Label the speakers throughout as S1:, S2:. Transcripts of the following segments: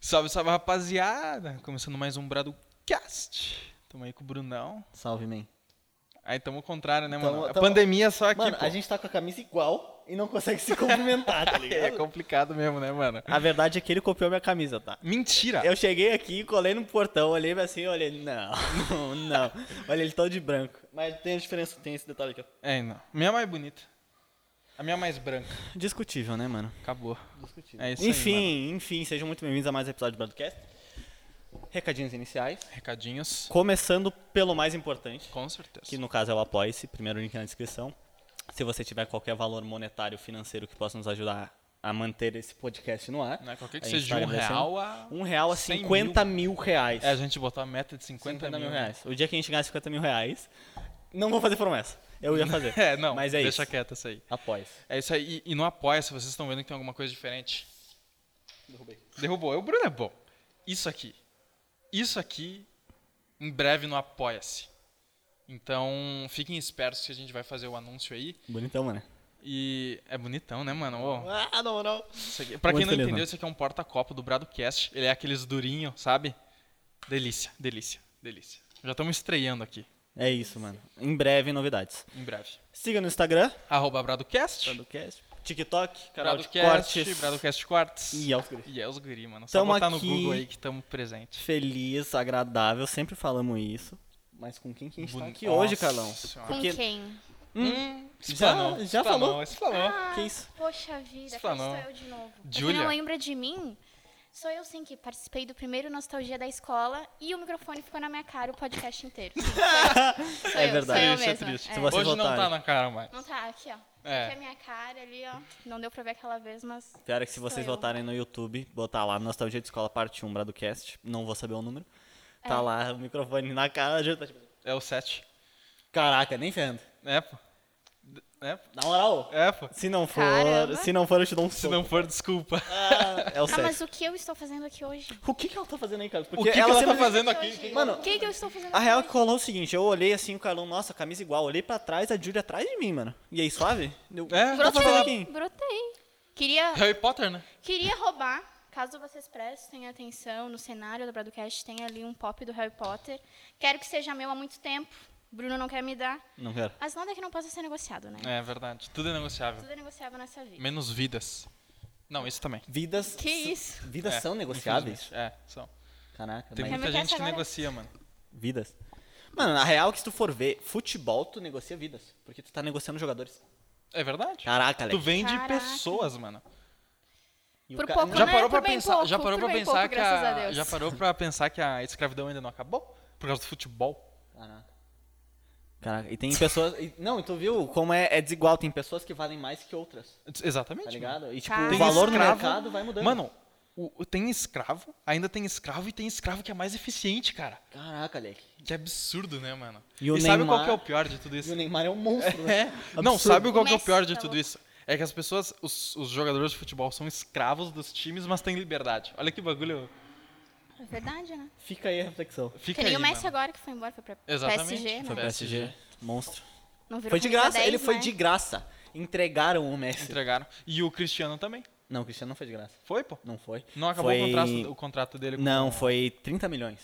S1: Salve, salve, rapaziada! Começando mais um Braducast. Tamo aí com o Brunão.
S2: Salve, man.
S1: Aí tamo ao contrário, né, mano?
S2: Tamo-
S1: A
S2: tamo-
S1: pandemia só aqui,
S2: Mano,
S1: pô.
S2: a gente tá com a camisa igual e não consegue se cumprimentar, tá
S1: É
S2: ligado?
S1: complicado mesmo, né, mano?
S2: A verdade é que ele copiou minha camisa, tá?
S1: Mentira!
S2: Eu cheguei aqui, colei no portão, olhei assim, olhei, não, não, não. Olha, ele todo de branco. Mas tem a diferença, tem esse detalhe aqui, ó.
S1: É, não. Minha mais bonita. A minha é mais branca.
S2: Discutível, né, mano?
S1: Acabou.
S2: Discutível.
S1: É isso aí,
S2: enfim, enfim, sejam muito bem-vindos a mais um episódio do Broadcast. Recadinhos iniciais.
S1: Recadinhos.
S2: Começando pelo mais importante.
S1: Com certeza.
S2: que no caso é o Apoia-se, primeiro link na descrição. Se você tiver qualquer valor monetário, financeiro que possa nos ajudar a manter esse podcast no ar.
S1: Né, qualquer que
S2: a gente
S1: seja de
S2: tá
S1: um
S2: agradecendo.
S1: real a...
S2: Um real a
S1: 100
S2: 50 mil, reais.
S1: É, a gente botou a meta de 50,
S2: 50 mil reais. O dia que a gente ganhar 50 mil reais, não vou fazer promessa. Eu ia fazer.
S1: É, não.
S2: Mas é
S1: deixa
S2: isso.
S1: quieto essa aí.
S2: Apoia-se.
S1: É isso aí. E, e no apoia se vocês estão vendo que tem alguma coisa diferente. Derrubou. O Bruno é bom. Isso aqui. Isso aqui, em breve no Apoia-se. Então, fiquem espertos que a gente vai fazer o anúncio aí.
S2: Bonitão, mano.
S1: E é bonitão, né, mano? Ô,
S2: Ah, não, não.
S1: isso aqui- Pra quem
S2: Muito
S1: não
S2: feliz,
S1: entendeu,
S2: mano.
S1: isso aqui é um porta-copo do Bradocast. Ele é aqueles durinho, sabe? Delícia, delícia, delícia. Já estamos estreando aqui,
S2: É isso, mano. Em breve, novidades.
S1: em breve.
S2: Siga no Instagram.
S1: Arroba Bradocast.
S2: Bradocast. TikTok. Canal de
S1: Bradocast,
S2: cortes.
S1: Bradocast Cortes.
S2: E aos guri.
S1: E é os guri, mano. Só
S2: Tamo
S1: botar no
S2: aqui.
S1: Google aí que estamos presente.
S2: feliz, agradável, sempre falamos isso. Mas com quem que a gente tá
S1: Boni-
S2: aqui
S1: Nossa
S2: hoje, Carlão?
S1: Senhora.
S3: Com
S2: Porque-
S3: quem?
S1: Hum,
S2: Já-
S1: explanou,
S2: já
S1: explanou,
S2: falou?
S1: explanou.
S3: Ah,
S2: Que isso?
S3: Poxa vida, aqui
S1: Explanou.
S3: sou eu de novo. Pra Quem
S1: Júlia?
S3: não lembra de mim? Sou eu sim que participei do primeiro Nostalgia da escola e o microfone ficou na minha cara o podcast inteiro. Sim, sou eu. Sou
S2: É
S3: eu,
S2: verdade.
S3: Sou eu
S1: Isso é
S3: mesma.
S1: triste.
S2: Se você
S1: Hoje não tá
S2: voltar,
S1: na cara mais.
S3: Não tá, aqui ó.
S1: É.
S3: Aqui a minha cara ali ó. Não deu pra ver aquela vez, mas...
S2: Pior é que se
S3: Sou
S2: vocês
S3: eu.
S2: votarem no YouTube, botar lá Nostalgia de Escola Parte 1 Bradocast, não vou saber o número. Tá
S3: É.
S2: lá o microfone na cara, já tá tipo,
S1: É o 7.
S2: Caraca, nem ferrando.
S1: É, pô. É, pô.
S2: Na moral,
S1: É, pô.
S2: se não for,
S3: Caramba.
S2: se não for eu te dou um
S1: Se
S2: soco.
S1: não for, desculpa.
S2: Ah, é o
S3: Ah,
S2: sério.
S3: mas o que eu estou fazendo aqui hoje?
S2: O que que ela tá fazendo aí, cara?
S1: O que, que ela tá fazendo aqui?
S2: Mano,
S3: O que, que eu estou fazendo
S2: A
S3: aqui
S2: real é
S3: hoje?
S2: que rolou o seguinte, eu olhei assim o Carlão, nossa, camisa igual, olhei pra trás, a Júlia atrás de mim, mano. E aí, suave?
S1: É,
S2: Eu, o que ela tá
S1: brother.
S2: fazendo aqui?
S3: Brotei. Queria
S1: Harry Potter, né?
S3: Queria roubar, caso vocês prestem atenção no cenário do Bradocast, tem ali um pop do Harry Potter. Quero que seja meu há muito tempo. Bruno não quer me dar.
S2: Não quero.
S3: Mas nada que não possa ser negociado, né?
S1: É verdade. Tudo é negociável.
S3: Tudo é negociável nessa vida.
S1: Menos vidas. Não, isso também.
S2: Vidas.
S3: Que isso?
S2: Vidas
S1: É,
S2: são negociáveis?
S1: infelizmente. É, são.
S2: Caraca,
S1: Tem
S2: mas-
S1: muita
S3: Quer meter
S1: gente
S3: essa
S1: que
S3: agora?
S1: negocia, mano.
S2: vidas. Mano, na real, que se tu for ver, futebol tu negocia vidas. Porque tu tá negociando jogadores.
S1: É verdade.
S2: Caraca,
S1: Tu
S2: Alex.
S1: vende
S3: Caraca.
S1: pessoas, mano.
S2: E o
S3: Por
S2: ca-
S3: pouco
S1: Já
S3: Não é
S1: parou
S3: por
S1: pra
S3: bem
S1: pensar,
S3: pouco,
S1: já parou
S3: por
S1: pra
S3: bem
S1: pensar
S3: pouco,
S1: que
S3: graças a
S1: a,
S3: Deus.
S1: já parou pra pensar que a escravidão ainda não acabou por causa do futebol?
S2: Caraca. Caraca, e tem pessoas. e- não, e tu viu como é, é desigual, tem pessoas que valem mais que outras,
S1: Ex- Exatamente.
S2: tá
S1: mano.
S2: ligado? E tipo,
S3: Tem
S2: o valor no
S1: escravo-
S2: mercado vai mudando.
S1: Mano, o- o- tem escravo, ainda tem escravo e tem escravo que é mais eficiente, cara.
S2: Caraca, Alec.
S1: Que absurdo, né, mano?
S2: E o
S1: sabe
S2: Neymar-
S1: qual que é o pior de tudo
S2: E
S1: isso?
S2: o Neymar é um monstro, né?
S1: É. Não,
S2: Absurdo.
S1: sabe qual que é o
S3: Messi,
S1: pior de
S3: tá
S1: tudo
S3: louco.
S1: isso? É que as pessoas, os, os jogadores de futebol são escravos dos times, mas têm liberdade. Olha que bagulho.
S3: É verdade, né?
S2: Fica aí a reflexão.
S1: Fica
S3: Tem
S1: é aí,
S3: o Messi
S1: mano.
S3: agora que foi embora, foi pra
S1: Exatamente.
S3: PSG,
S1: Foi
S3: né?
S1: pra- PSG.
S2: Monstro.
S3: Não virou
S2: Foi de
S3: camisa
S2: graça,
S3: 10,
S2: ele foi
S3: né?
S2: de graça. Entregaram o Messi.
S1: Entregaram. E o Cristiano também.
S2: Não, o Cristiano não foi de graça.
S1: Foi, pô.
S2: Não foi.
S1: Não acabou
S2: Foi-
S1: o, contrato, o contrato dele com
S2: Não, foi 30 milhões.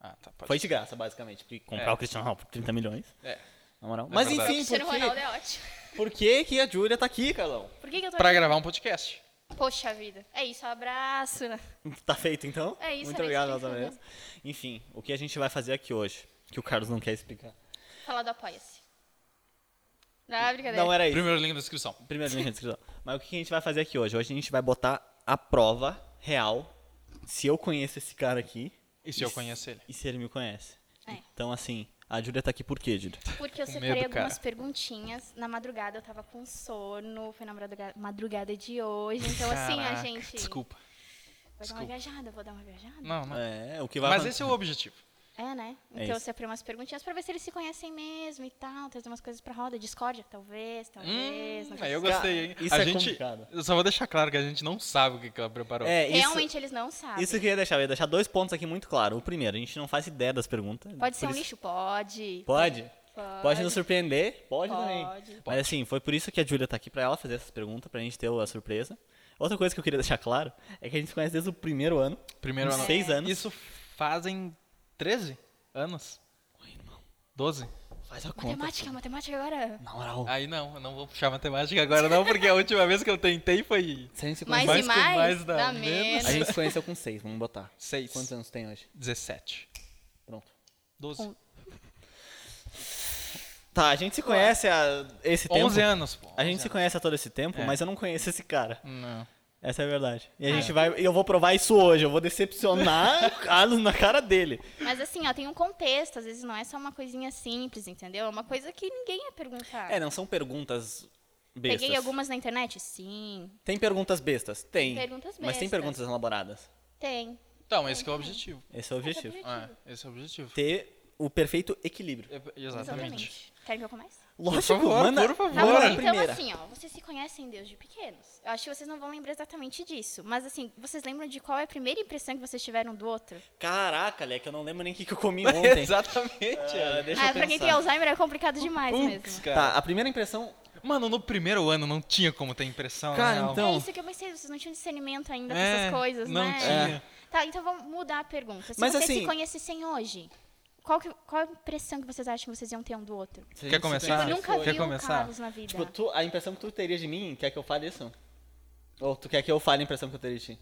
S1: Ah, tá. Pode
S2: Foi de graça, basicamente. Porque comprar
S1: É.
S2: o Cristiano Ronaldo por 30 milhões,
S1: É.
S2: na moral.
S1: É
S2: Mas
S1: verdade.
S2: enfim,
S3: Cristiano
S2: por
S3: Ronaldo
S2: que,
S3: é ótimo.
S2: por que que a Júlia tá aqui, Carlão?
S3: Por que, que eu tô
S1: Pra
S3: aqui?
S1: gravar um podcast.
S3: Poxa vida. É isso, abraço. né?
S2: Tá feito, então?
S3: É isso,
S2: Muito
S3: era
S2: obrigado,
S3: isso que
S2: nossa
S3: eu queria
S2: vez. Enfim, o que a gente vai fazer aqui hoje, que o Carlos não quer explicar.
S3: Falar do Apoia-se. Ah, brincadeira.
S2: Não
S1: é.
S2: era isso.
S1: Primeiro link da descrição.
S3: Então,
S2: Primeiro link na descrição. Mas o que a gente vai fazer aqui hoje? Hoje a gente vai botar a prova real, se eu conheço esse cara aqui
S1: E se eu conheço ele?
S2: e se ele me conhece.
S3: É.
S2: Então, assim, a Júlia tá aqui por quê, Júlia?
S3: Porque eu
S1: Com
S3: separei
S1: medo,
S3: algumas
S1: cara.
S3: perguntinhas. Na madrugada eu tava com sono, foi na madruga- madrugada de hoje. Então, assim, a
S1: Caraca,
S3: gente.
S1: Desculpa.
S3: Vou dar uma viajada, vou dar uma viajada.
S1: Não, não.
S2: É, o que vai
S1: Mas
S2: acontecer-
S1: esse é o objetivo.
S3: É, né?
S2: É
S3: Então eu
S2: isso.
S3: separei umas perguntinhas pra ver se eles se conhecem mesmo e tal. Trazer umas coisas pra roda. Discórdia, talvez, talvez. não
S1: Hum, Aí
S3: sei.
S1: Ah, eu gostei, hein?
S2: Cara, isso
S1: a
S2: é
S1: gente,
S2: complicado.
S1: Eu só vou deixar claro que a gente não sabe o que, que ela preparou.
S2: É, isso-
S3: Realmente eles não sabem.
S2: Isso que eu ia deixar, eu ia deixar dois pontos aqui muito claro. O primeiro, a gente não faz ideia das perguntas.
S3: Pode ser
S2: é por
S3: um
S2: isso-
S3: lixo? Pode.
S2: Pode.
S3: Pode.
S2: Pode nos surpreender? Pode,
S3: Pode.
S2: também. Mas assim, foi por isso que a Júlia tá aqui pra ela fazer essas perguntas, pra gente ter a surpresa. Outra coisa que eu queria deixar claro é que a gente se conhece desde o primeiro ano.
S1: Primeiro
S2: Em
S1: ano.
S2: seis anos.
S1: Isso fazem 13 anos?
S2: Oi, irmão,
S1: 12?
S2: faz a conta.
S3: Matemática, é matemática agora.
S2: Na moral.
S1: Aí não, eu não vou puxar matemática agora não, porque a última vez que eu tentei foi
S2: Se a gente se
S3: Mais,
S2: conhece,
S1: Mais
S3: e
S1: que
S3: mais,
S1: mais dá
S3: dá
S1: menos.
S3: menos.
S2: a gente se conheceu com seis, vamos botar.
S1: 6,
S2: Quantos anos tem hoje?
S1: 17,
S2: Pronto.
S1: 12,
S2: Tá, a gente se conhece há esse tempo.
S1: 11 anos. Pô,
S2: A gente se
S1: 11
S2: conhece há todo esse tempo,
S1: É.
S2: mas eu não conheço esse cara.
S1: anos. Não.
S2: Essa é a verdade. E a
S3: Ah,
S2: gente vai. E eu vou provar isso hoje. Eu vou decepcionar o Carlos na cara dele.
S3: Mas assim, ó, tem um contexto. Às vezes não é só uma coisinha simples, entendeu? É uma coisa que ninguém ia perguntar.
S2: É, não são perguntas bestas.
S3: Peguei algumas na internet? Sim.
S2: Tem perguntas bestas? Tem.
S3: Perguntas
S2: Mas tem
S3: bestas.
S2: perguntas elaboradas.
S3: Tem.
S1: Então, esse que é o objetivo.
S2: Esse é o objetivo.
S1: É, esse é o objetivo.
S2: Ter o perfeito equilíbrio.
S1: É, Exatamente.
S3: Exatamente. Querem que eu comece?
S2: Lógico,
S1: favor,
S2: manda.
S1: por favor.
S3: Tá
S1: Bora.
S3: bom,
S2: manda a
S3: então
S2: primeira.
S3: assim, ó, vocês se conhecem desde pequenos. Eu acho que vocês não vão lembrar exatamente disso. Mas assim, vocês lembram de qual é a primeira impressão que vocês tiveram do outro?
S2: Caraca, Lé, que eu não lembro nem o que, que eu comi ontem.
S1: Exatamente.
S2: Ah,
S1: é.
S2: deixa
S3: ah,
S2: eu
S3: pra quem tem
S2: pensar.
S3: Alzheimer é complicado demais
S1: Putz,
S3: mesmo.
S1: cara.
S2: Tá, a primeira impressão.
S1: Mano, no primeiro ano não tinha como ter impressão,
S2: Tá.
S1: né?
S2: Cara,
S1: na real.
S2: então-
S3: É isso que eu pensei, vocês não tinham discernimento ainda
S1: É,
S3: dessas coisas,
S1: não
S3: né?
S1: tinha.
S3: Tá, então vamos mudar a pergunta. Se
S2: Mas,
S3: vocês
S2: assim-
S3: se conhecessem hoje, qual, que- qual a impressão que vocês acham que vocês iam ter um do outro?
S2: se a
S1: Quer
S2: gente se
S1: começar?
S2: pensar-
S1: Ah,
S3: eu nunca
S1: quer
S3: vi o
S1: começar?
S3: Carlos na vida.
S2: Tá, Tipo, tu- a impressão que tu teria de mim, quer que eu fale isso? Ou tu quer que eu fale a impressão que eu teria de ti?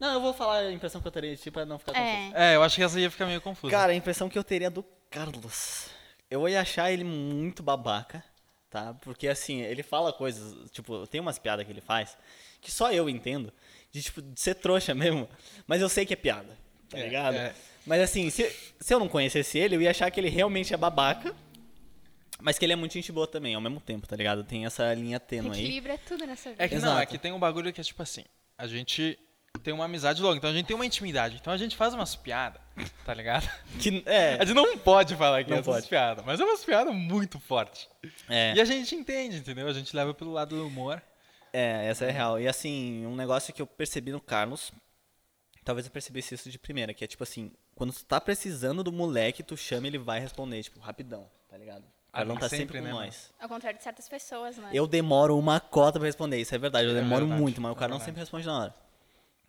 S2: Não, eu vou falar a impressão que eu teria de ti pra não ficar confuso.
S3: é.
S1: É, eu acho que essa ia ficar meio confusa.
S2: Cara, a impressão que eu teria do Carlos. Eu ia achar ele muito babaca, tá? Porque assim, ele fala coisas, tipo, tem umas piadas que ele faz que só eu entendo, de tipo, de ser trouxa mesmo. Mas eu sei que é piada, tá
S1: É,
S2: ligado?
S1: é.
S2: Mas assim, se, se eu não conhecesse ele, eu ia achar que ele realmente é babaca. Mas que ele é muito gente boa também, ao mesmo tempo, tá ligado? Tem essa linha tênue aí.
S3: Equilíbrio é tudo nessa vida.
S1: É que não, é
S2: Exato.
S1: que tem um bagulho que é tipo assim, a gente tem uma amizade logo, então a gente tem uma intimidade, então a gente faz umas piadas, tá ligado?
S2: Que,
S1: A
S2: é,
S1: gente não pode falar que
S2: Não
S1: essas
S2: pode.
S1: piadas, mas é umas piadas muito fortes.
S2: é.
S1: E a gente entende, entendeu? A gente leva pelo lado do humor.
S2: É, essa é real. E assim, um negócio que eu percebi no Carlos, talvez eu percebesse isso de primeira, que é tipo assim, quando tu tá precisando do moleque, tu chama e ele vai responder, tipo, rapidão, tá ligado? O
S1: Ah,
S2: Carlão
S1: mas
S2: tá
S1: sempre,
S2: sempre, com
S1: né, mano?
S2: nós.
S3: Ao contrário de certas pessoas, né?
S2: Eu demoro uma cota pra responder, isso é verdade, eu
S1: É
S2: demoro
S1: verdade,
S2: muito, mas o
S1: é
S2: Carlão
S1: verdade.
S2: sempre responde na hora.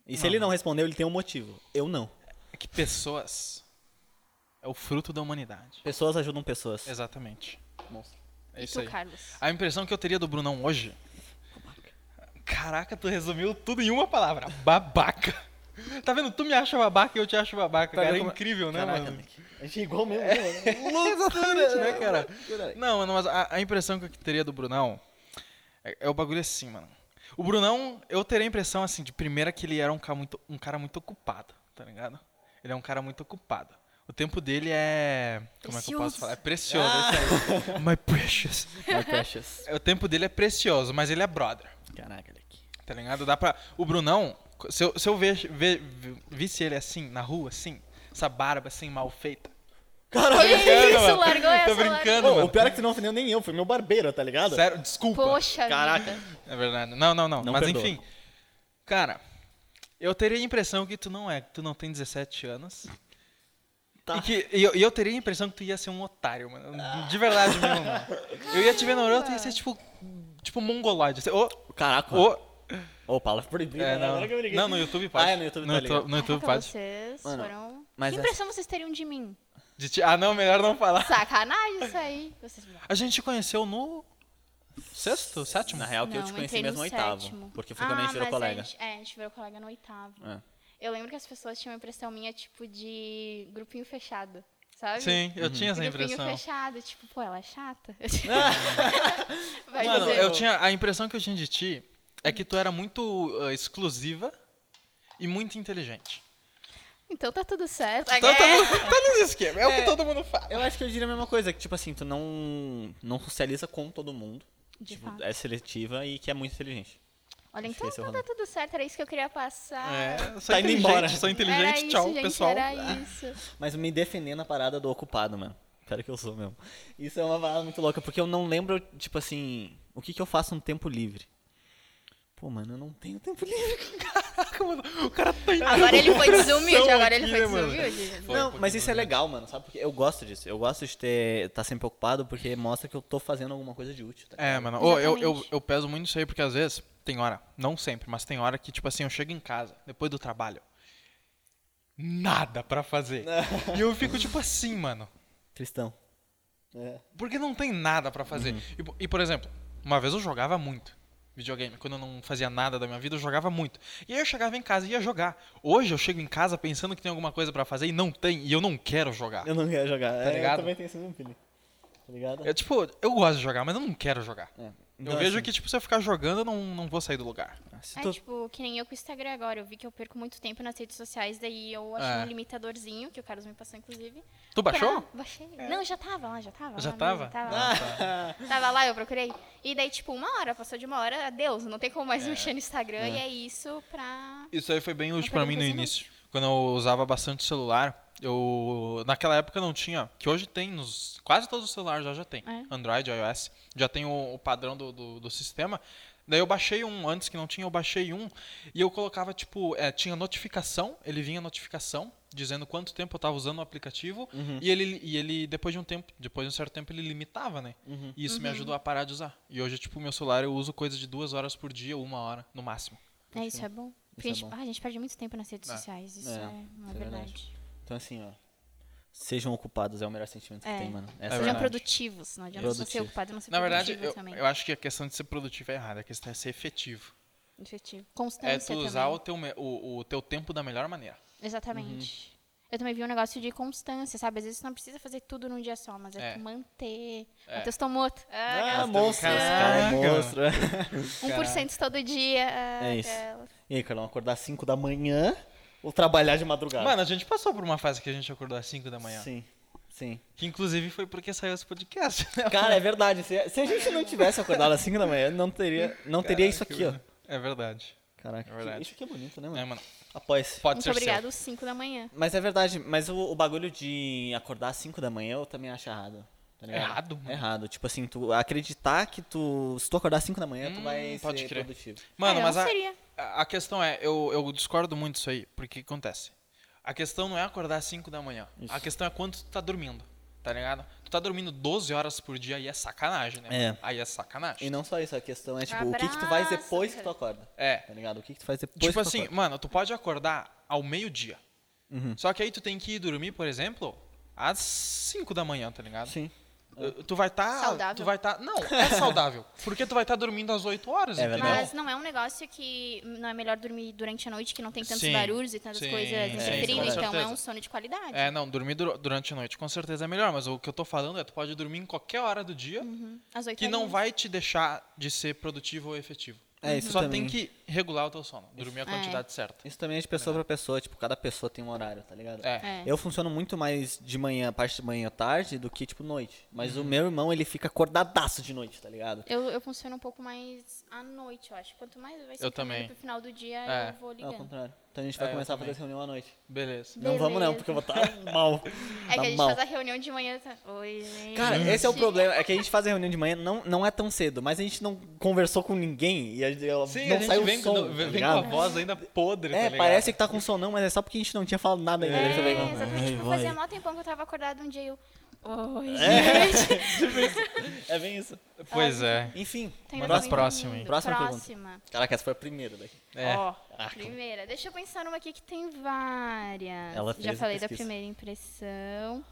S2: E se ele não respondeu, ele tem um motivo. Eu não.
S1: É que pessoas é o fruto da humanidade.
S2: Pessoas ajudam pessoas.
S1: Exatamente.
S2: Monstro.
S1: É
S3: e
S1: isso
S3: tu,
S1: aí.
S3: Carlos?
S1: A impressão que eu teria do Brunão hoje. Caraca, tu resumiu tudo em uma palavra. Babaca. Tá vendo? Tu me acha babaca e eu te acho babaca,
S2: Tá
S1: cara. É
S2: vendo como-
S1: incrível, né,
S2: Caraca,
S1: mano?
S2: Nick. A gente é igual mesmo, né, mano?
S1: Exatamente, né, cara?
S2: Loucura.
S1: Não, mano, mas a, a impressão que eu teria do Brunão é, é o bagulho assim, mano. O Brunão, eu teria a impressão, assim, de primeira que ele era um cara, muito, um cara muito ocupado, tá ligado? Ele é um cara muito ocupado. O tempo dele é. Como é que eu posso
S3: Precioso.
S1: falar? É precioso. é isso aí. My precious.
S2: My precious.
S1: O tempo dele é precioso, mas ele é brother.
S2: Caraca, Nick.
S1: Tá ligado? Dá pra. O Brunão, se eu, se eu ve, ve- ve- visse ele assim, na rua, assim, essa barba assim, mal feita.
S2: Caraca,
S3: isso,
S1: mano.
S3: largou essa,
S1: Tô brincando,
S2: Ô,
S1: mano.
S2: o pior é que tu não ofendeu nem eu, foi meu barbeiro, tá ligado?
S1: Sério, desculpa.
S3: Poxa
S2: Caraca.
S3: vida.
S1: É verdade. Não, não, não.
S2: Não
S1: Mas
S2: perdoa.
S1: enfim. Cara, eu teria a impressão que tu não é, que tu não tem 17 anos.
S2: Tá.
S1: E, que, e eu, e eu teria a impressão que tu ia ser um otário, mano. De verdade mesmo, mano. Eu ia te ver na hora, tu ia ser tipo. Tipo mongoloide. Assim, Ô,
S2: Caraca.
S1: ô.
S2: Ô, Paula, proibido.
S1: É,
S2: né?
S1: não.
S2: Agora que eu me liguei.
S1: não, no YouTube pode.
S2: Ah, é, no YouTube
S1: no
S2: tá
S1: YouTube,
S2: ligado.
S1: no YouTube
S3: Caraca,
S1: pode.
S3: vocês
S2: Mano,
S3: foram...
S2: mas é
S3: que
S2: essa-
S3: impressão vocês teriam de mim?
S1: De ti- Ah, não, melhor não falar.
S3: Sacanagem isso aí. Vocês...
S2: É
S1: A gente se conheceu no. Sexto? Sétimo?
S2: Na real, que eu
S3: Não,
S2: te conheci
S3: entrei
S2: mesmo
S3: no
S2: no oitavo.
S3: sétimo.
S2: Porque foi quando a gente
S3: Ah,
S2: virou
S3: mas
S2: colega.
S3: A gente, é, a gente virou colega no oitavo.
S2: É.
S3: Eu lembro que as pessoas tinham a impressão minha, tipo, de grupinho fechado, sabe?
S1: Sim, eu tinha essa
S3: grupinho
S1: impressão.
S3: fechado, tipo, pô, ela é chata. Vai
S1: Mano,
S3: dizer.
S1: eu tinha. A impressão que eu tinha de ti é que tu era muito ah, exclusiva e muito inteligente.
S3: Então tá tudo certo.
S1: Tá, tá,
S3: É.
S1: no- tá nos esquemas, é, o que todo mundo fala.
S2: Eu acho que eu diria a mesma coisa, que tipo assim, tu não, não socializa com todo mundo.
S3: De
S2: tipo,
S3: fato.
S2: é seletiva e que é muito inteligente.
S3: Olha,
S2: Acho que
S3: então,
S2: esse é o
S3: então tá tudo certo, era isso que eu queria passar.
S1: É, sou
S2: Tá indo
S1: inteligente,
S2: embora.
S1: sou
S3: era
S1: inteligente,
S3: isso,
S1: tchau,
S3: gente,
S1: pessoal.
S3: Era isso.
S2: Mas me defender na parada do ocupado, mano. Pera que eu sou mesmo. Isso é uma parada muito louca, porque eu não lembro, tipo assim, o que, que eu faço no tempo livre. Pô, mano, eu não tenho tempo livre.
S1: Caraca, mano, o cara tá
S2: É.
S1: indo.
S3: Agora ele foi desumilde,
S1: pressão
S3: agora ele
S1: aqui,
S3: foi
S1: né, mano?
S3: desumilde.
S1: Foi um
S2: não,
S1: pouquinho
S2: mas isso é
S1: desumilde.
S2: legal, mano, sabe? Porque eu gosto disso. Eu gosto de ter estar sempre ocupado porque mostra que eu tô fazendo alguma coisa de útil. Tá?
S1: É, mano. ô, eu, eu,
S3: Exatamente.
S1: eu peso muito isso aí, porque às vezes, tem hora, não sempre, mas tem hora que, tipo assim, eu chego em casa, depois do trabalho, nada pra fazer.
S2: Né?
S1: E eu fico, tipo assim, mano.
S2: Tristão. É.
S1: Porque não tem nada pra fazer. E
S2: Uhum.
S1: po- E, por exemplo, uma vez eu jogava muito videogame. Quando eu não fazia nada da minha vida, eu jogava muito. E aí eu chegava em casa e ia jogar. Hoje eu chego em casa pensando que tem alguma coisa pra fazer e não tem, e eu não quero jogar.
S2: Eu não quero jogar. É,
S1: ligado?
S2: Eu também tenho esse mesmo feeling. Tá ligado?
S1: É tipo, eu gosto de jogar, mas eu não quero jogar.
S2: É.
S1: eu
S2: Então,
S1: vejo
S2: assim,
S1: que, tipo, se eu ficar jogando, eu não, não vou sair do lugar.
S2: se tu-
S3: É tipo, que nem eu com o Instagram agora. Eu vi que eu perco muito tempo nas redes sociais, daí eu achei
S1: É.
S3: um limitadorzinho, que o Carlos me passou, inclusive.
S1: Tu baixou? É.
S3: Pra- Baixei. Não, já tava lá, já tava.
S1: Já
S3: Ah, tá lá,
S1: tava? Ah. tá.
S3: Não, Tava lá, eu procurei. E daí, tipo, uma hora, passou de uma hora, adeus, não tem como mais mexer no Instagram. E é isso pra.
S1: Isso aí foi bem útil
S3: Uma
S1: pra mim no
S3: pergunta
S1: início. Quando eu usava bastante celular, eu naquela época não tinha, que hoje tem nos quase todos os celulares já já tem.
S3: É.
S1: Android, iOS, já tem o, o padrão do, do, do sistema. Daí eu baixei um antes que não tinha, eu baixei um e eu colocava tipo, é, tinha notificação, ele vinha notificação dizendo quanto tempo eu tava usando o aplicativo e ele e ele depois de um tempo, depois de um certo tempo ele limitava, né? E isso
S3: Uhum.
S1: me ajudou a parar de usar. E hoje tipo meu celular eu uso coisa de duas horas por dia, uma hora no máximo.
S3: É, isso é bom. Porque
S2: Isso é
S3: a, gente,
S2: bom.
S3: ah, a gente perde muito tempo nas redes
S1: É.
S3: sociais, isso
S2: É,
S3: é,
S2: isso
S3: uma
S2: é verdade.
S3: verdade.
S2: Então assim, ó. Sejam ocupados, é o melhor sentimento que
S3: É.
S2: tem, mano.
S1: É
S3: Sejam
S1: verdade.
S3: produtivos, não adianta você ser
S2: Produtivo.
S3: ocupado e não ser
S1: Na verdade,
S3: produtivo
S1: eu,
S3: também.
S1: eu acho que a questão de ser produtivo é errada, a questão é ser efetivo.
S3: Efetivo. Constância
S1: É tu usar
S3: também.
S1: o teu, me- o, o teu tempo da melhor maneira.
S3: Exatamente. Eu também vi um negócio de constância, sabe? Às vezes tu não precisa fazer tudo num dia só, mas é,
S1: É.
S3: tu manter.
S1: É.
S3: Matheus Tomoto.
S2: Ah,
S3: Ah,
S1: um
S2: monstro, esse cara é
S1: Caraca.
S2: monstro.
S3: 1% todo dia. Ah,
S2: É isso.
S3: aquela-
S2: E aí, Carlão, acordar 5 da manhã ou trabalhar de madrugada?
S1: Mano, a gente passou por uma fase que a gente acordou às 5 da manhã.
S2: Sim, sim.
S1: Que inclusive foi porque saiu esse podcast, né?
S2: Cara, é verdade. Se, se a gente não tivesse acordado às 5 da manhã, não teria, não teria isso aqui, ó.
S1: É verdade.
S2: Caraca,
S1: É verdade.
S2: isso aqui é bonito, né,
S1: É,
S2: mano?
S1: mano.
S2: Apoia-se.
S1: Pode
S3: Muito
S1: ser
S3: obrigado, às 5 da manhã.
S2: Mas é verdade, mas o, o bagulho de acordar às 5 da manhã eu também acho errado. tá ligado?
S1: Errado, mano.
S2: Errado. Tipo assim, tu acreditar que tu. Se tu acordar às 5 da manhã, tu
S1: Hum,
S2: vai
S1: pode
S2: ser
S1: crer.
S2: produtivo.
S1: seu. Mano,
S3: Ah, eu
S1: mas
S3: não
S1: a,
S3: seria.
S1: a- a questão é, eu, eu discordo muito disso aí, porque acontece. A questão não é acordar às 5 da manhã. A questão é quanto tu tá dormindo, tá ligado? Tu tá dormindo 12 horas por dia aí é sacanagem, né?
S2: É.
S1: mano? Aí é sacanagem.
S2: E não só isso, a questão é, tipo, o que, que tu faz depois que tu acorda?
S1: É.
S2: Tá ligado? O que, que tu faz depois
S1: Tipo
S2: que tu
S1: assim,
S2: acorda?
S1: mano, tu pode acordar ao meio-dia.
S2: Uhum.
S1: Só que aí tu tem que ir dormir, por exemplo, às 5 da manhã, tá ligado?
S2: Sim.
S1: Uh, Tu vai estar.
S3: Saudável.
S1: Tu vai tá. Não, é saudável. Porque tu vai estar dormindo às 8 horas,
S2: É
S1: entendeu?
S2: verdade.
S3: Mas não é um negócio que não é melhor dormir durante a noite, que não tem tantos
S1: Sim,
S3: barulhos e tantas
S1: sim,
S3: coisas
S1: sim,
S3: interferindo,
S2: com
S3: então é
S1: certeza.
S3: um sono de qualidade.
S1: É, não, dormir dur- durante a noite com certeza é melhor, mas o que eu tô falando é tu pode dormir em qualquer hora do dia
S3: Às 8
S1: que não vai te deixar de ser produtivo ou efetivo.
S2: É,
S1: Tu
S2: isso
S1: Só
S2: também.
S1: tem que regular o teu sono, dormir a
S3: É.
S1: quantidade certa.
S2: Isso também é de pessoa pra pessoa, tipo, cada pessoa tem um horário, tá ligado?
S1: É.
S3: É.
S2: Eu funciono muito mais de manhã, parte de manhã tarde, do que, tipo, noite. Mas
S1: Uhum.
S2: o meu irmão, ele fica acordadaço de noite, tá ligado?
S3: Eu, eu funciono um pouco mais à noite, eu acho. Quanto mais vai se
S1: Eu também.
S3: pro final do dia,
S1: É.
S3: eu vou
S2: É o
S3: ligando.
S2: contrário. Então a gente vai
S1: É, eu
S2: começar a
S1: também.
S2: fazer reunião à noite.
S1: Beleza.
S2: Não vamos não,
S3: Beleza.
S2: porque eu vou estar mal.
S3: É
S2: Tá
S3: que a gente
S2: mal.
S3: faz a reunião de manhã. tá- Oi, gente.
S2: Cara, esse é o problema. É que a gente faz a reunião de manhã, não, não é tão cedo, mas a gente não conversou com ninguém e a gente, não
S1: Sim, a gente
S2: saiu
S1: vem,
S2: som,
S1: com,
S2: tá
S1: vem com a
S2: ligado?
S1: voz ainda podre, tá
S2: É,
S1: ligado?
S2: parece que tá com som não, mas é só porque a gente não tinha falado nada ainda.
S3: É,
S2: Tá ligado?
S3: exatamente.
S2: Ai,
S3: Tipo,
S2: vai.
S3: fazia mó tempão que eu tava acordada um dia e eu. Oi,
S2: É bem isso.
S1: Pois é.
S2: Enfim,
S3: gente.
S1: Manda as próximas, hein?
S2: Próxima
S3: Próxima.
S2: pergunta.
S3: Próxima.
S2: caraca, essa foi a primeira daqui.
S1: É.
S3: Ó, primeira. Deixa eu pensar numa aqui que tem várias.
S2: Ela
S3: Já
S2: fez a
S3: falei da
S2: pesquisa.
S3: primeira impressão.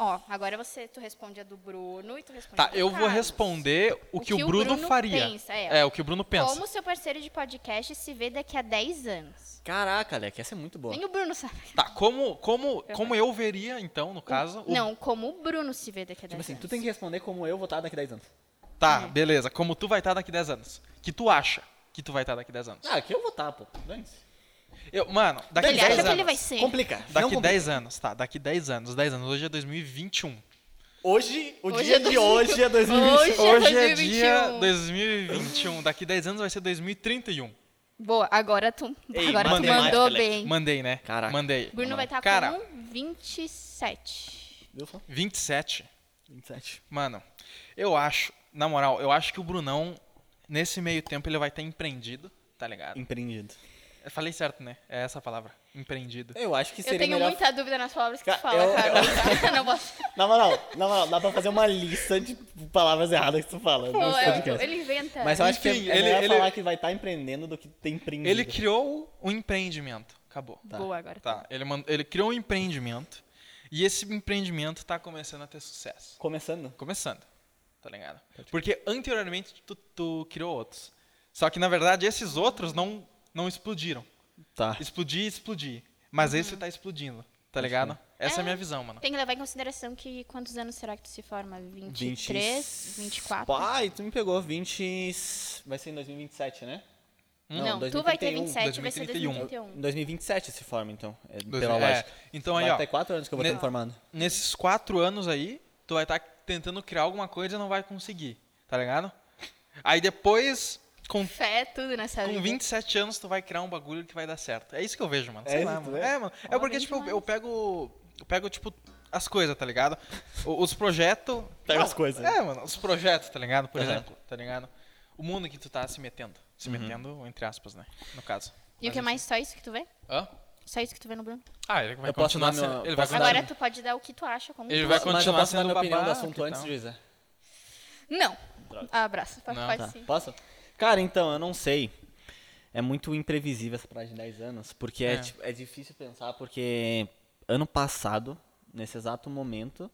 S3: Ó, agora você, tu responde a do Bruno e tu responde a
S1: Tá,
S3: do
S1: eu vou
S3: Carlos.
S1: responder o que o, Bruno, faria.
S3: pensa,
S1: é.
S3: é.
S1: o que o Bruno pensa.
S3: Como seu parceiro de podcast se vê daqui a 10 anos?
S2: Caraca, Alec, essa é muito boa.
S3: Nem o Bruno sabe.
S1: Tá, como, como, como eu veria, então, no caso. o-
S3: Não, como o Bruno se vê daqui a 10
S2: Tipo assim,
S3: anos.
S2: tu tem que responder como eu vou estar daqui 10 anos.
S1: Tá,
S3: Uhum.
S1: beleza. Como tu vai estar daqui 10 anos? Que tu acha que tu vai estar daqui 10 anos?
S2: Ah, que eu vou estar, pô. Dane-se.
S1: Eu, mano, daqui
S3: Ele
S1: 10
S3: acha
S1: anos.
S3: que ele vai ser.
S2: Complica. não
S1: Daqui
S2: complica.
S1: 10 anos, tá, daqui 10 anos, 10 anos, hoje é 2021.
S2: Hoje, o
S3: Hoje
S2: dia
S3: é
S2: de
S3: 2000.
S2: hoje é 2021.
S3: Hoje é
S1: Hoje é dia
S3: 2021.
S1: 2021, daqui 10 anos vai ser 2031.
S3: Boa, agora tu,
S2: Ei,
S3: agora tu
S1: mandei mais,
S3: mandou
S2: Alex.
S3: bem.
S1: Mandei, né?
S2: Caraca.
S1: Mandei.
S3: Bruno vai estar
S1: Cara,
S3: com um 27.
S2: Deu só?
S1: 27.
S2: 27.
S1: Mano, eu acho, na moral, eu acho que o Brunão, nesse meio tempo, ele vai estar empreendido. Tá ligado?
S2: Empreendido.
S1: Eu falei certo, né? É essa a palavra. Empreendido.
S2: Eu acho que
S3: Eu
S2: seria
S3: tenho
S2: melhor.
S3: muita dúvida nas palavras que
S2: Ca-
S3: tu fala,
S2: eu-
S3: cara. Não posso.
S2: Na moral, na moral, dá pra fazer uma lista de palavras erradas que tu fala.
S3: Pô,
S2: nesse
S3: eu-
S2: podcast.
S3: É, ele inventa.
S2: Mas eu acho que é,
S1: Enfim,
S2: é
S1: ele-
S2: melhor
S1: ele-
S2: falar que vai estar empreendendo do que ter empreendido.
S1: Ele criou um empreendimento. Acabou.
S3: Boa agora.
S1: Tá. Ele, man- ele criou um empreendimento. E esse empreendimento tá começando a ter sucesso.
S2: Começando.
S1: Começando. Tá ligado? Porque anteriormente tu, tu criou outros. Só que na verdade esses outros não, não explodiram.
S2: Tá.
S1: Explodir, explodir. Mas esse tá explodindo. Tá ligado? Essa é a minha visão, mano.
S3: Tem que levar em consideração que quantos anos será que tu se forma? 23? 24?
S2: Pai, tu me pegou 20. Vai ser em 2027, né?
S1: Hum?
S3: Não, tu vai ter
S2: 2031.
S3: 27, vai ser
S1: 2031.
S3: 2031.
S2: Em 2027 se forma, então. É,
S1: Dois-
S2: pela
S1: é,
S2: lógica.
S1: Então aí,
S2: vai
S1: ó.
S2: ter 4 anos que eu vou
S1: ne-
S2: estar me formando.
S1: nesses quatro anos aí, tu vai estar tentando criar alguma coisa e não vai conseguir, tá ligado? Aí depois, com,
S3: Fé é tudo nessa vida.
S1: com 27 anos, tu vai criar um bagulho que vai dar certo. É isso que eu vejo, mano.
S2: É
S1: Sei
S2: isso,
S1: lá,
S2: tu
S1: mano.
S2: vê?
S1: É, mano. É
S3: Ó,
S1: porque,
S3: bem
S1: tipo, eu
S3: demais.
S1: pego. Eu pego, tipo, as coisas, tá ligado? O- Os projetos.
S2: Pega
S1: Não,
S2: as coisas.
S1: É, mano, os projetos, tá ligado? Por
S2: Aham. Uhum.
S1: exemplo, tá ligado? O mundo em que tu tá se metendo. Se metendo, entre aspas, né? No caso.
S3: E o que
S1: Mas,
S3: mais? Só isso que tu vê?
S1: Hã?
S3: Só isso que tu vê no Bruno?
S1: Ah, ele vai
S2: Eu posso
S1: continuar
S2: dar
S1: sendo.
S2: meu-
S1: ele vai
S2: posso dar
S1: continuar-
S3: Agora é tu pode dar o que tu acha. Como
S1: Ele
S3: tu
S1: vai
S3: acha.
S2: Mas eu
S1: continuar
S2: posso dar
S1: sendo então.
S2: minha opinião do
S1: babaca
S2: assunto
S1: e
S2: antes
S1: tal.
S2: de dizer.
S3: Não. Ah, Abraço. Pode,
S1: Não.
S3: pode
S2: Tá,
S3: sim.
S2: posso? Cara, então, eu não sei. É muito imprevisível essa parada de 10 anos, porque é,
S1: É.
S2: tipo, é difícil pensar, porque ano passado, nesse exato momento,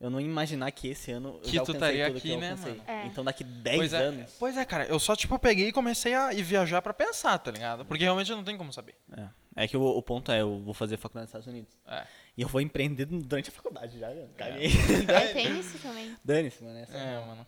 S2: eu não ia imaginar que esse ano eu
S1: Que
S2: já
S1: tu
S2: alcancei
S1: estaria
S2: tudo que
S1: aqui,
S2: eu
S1: né,
S2: alcancei.
S1: mano?
S3: É.
S2: Então daqui 10
S1: Pois é,
S2: anos...
S1: pois é, cara, eu só, tipo, peguei e comecei a ir viajar pra pensar, tá ligado? Porque realmente eu não tenho como saber.
S2: É, É que o, o ponto é, eu vou fazer faculdade nos Estados Unidos.
S1: É.
S2: E eu vou empreender durante a faculdade já, eu caguei.
S3: É, tem isso também.
S2: Dane-se, mano. assim. Essa...
S1: É, mano.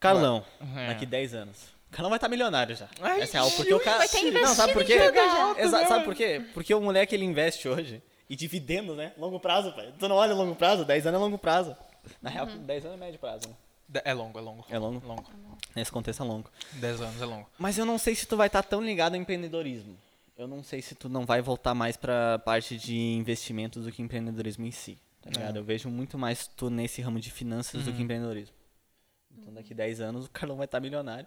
S2: Carlão,
S1: É.
S2: daqui 10 anos. O Carlão vai estar milionário já.
S1: Ai,
S2: Essa é real, porque o cara...
S3: vai ter investido
S2: Não, sabe por
S3: em
S2: quê?
S3: tudo já.
S2: Exa- sabe por quê? Porque o moleque, ele investe hoje. E dividendo, né? Longo prazo, pai. Tu não olha longo prazo? 10 anos é longo prazo. Na real,
S3: Uhum.
S2: 10 anos é médio prazo, né?
S1: De- É longo, é longo.
S2: É longo?
S1: Longo.
S2: Nesse contexto é longo.
S1: 10 anos é longo.
S2: Mas eu não sei se tu vai estar tão ligado ao empreendedorismo. Eu não sei se tu não vai voltar mais pra parte de investimentos do que empreendedorismo em si. Tá
S1: É.
S2: ligado? Eu vejo muito mais tu nesse ramo de finanças do
S1: Uhum.
S2: que empreendedorismo. Então daqui 10 anos o Carlão vai estar milionário.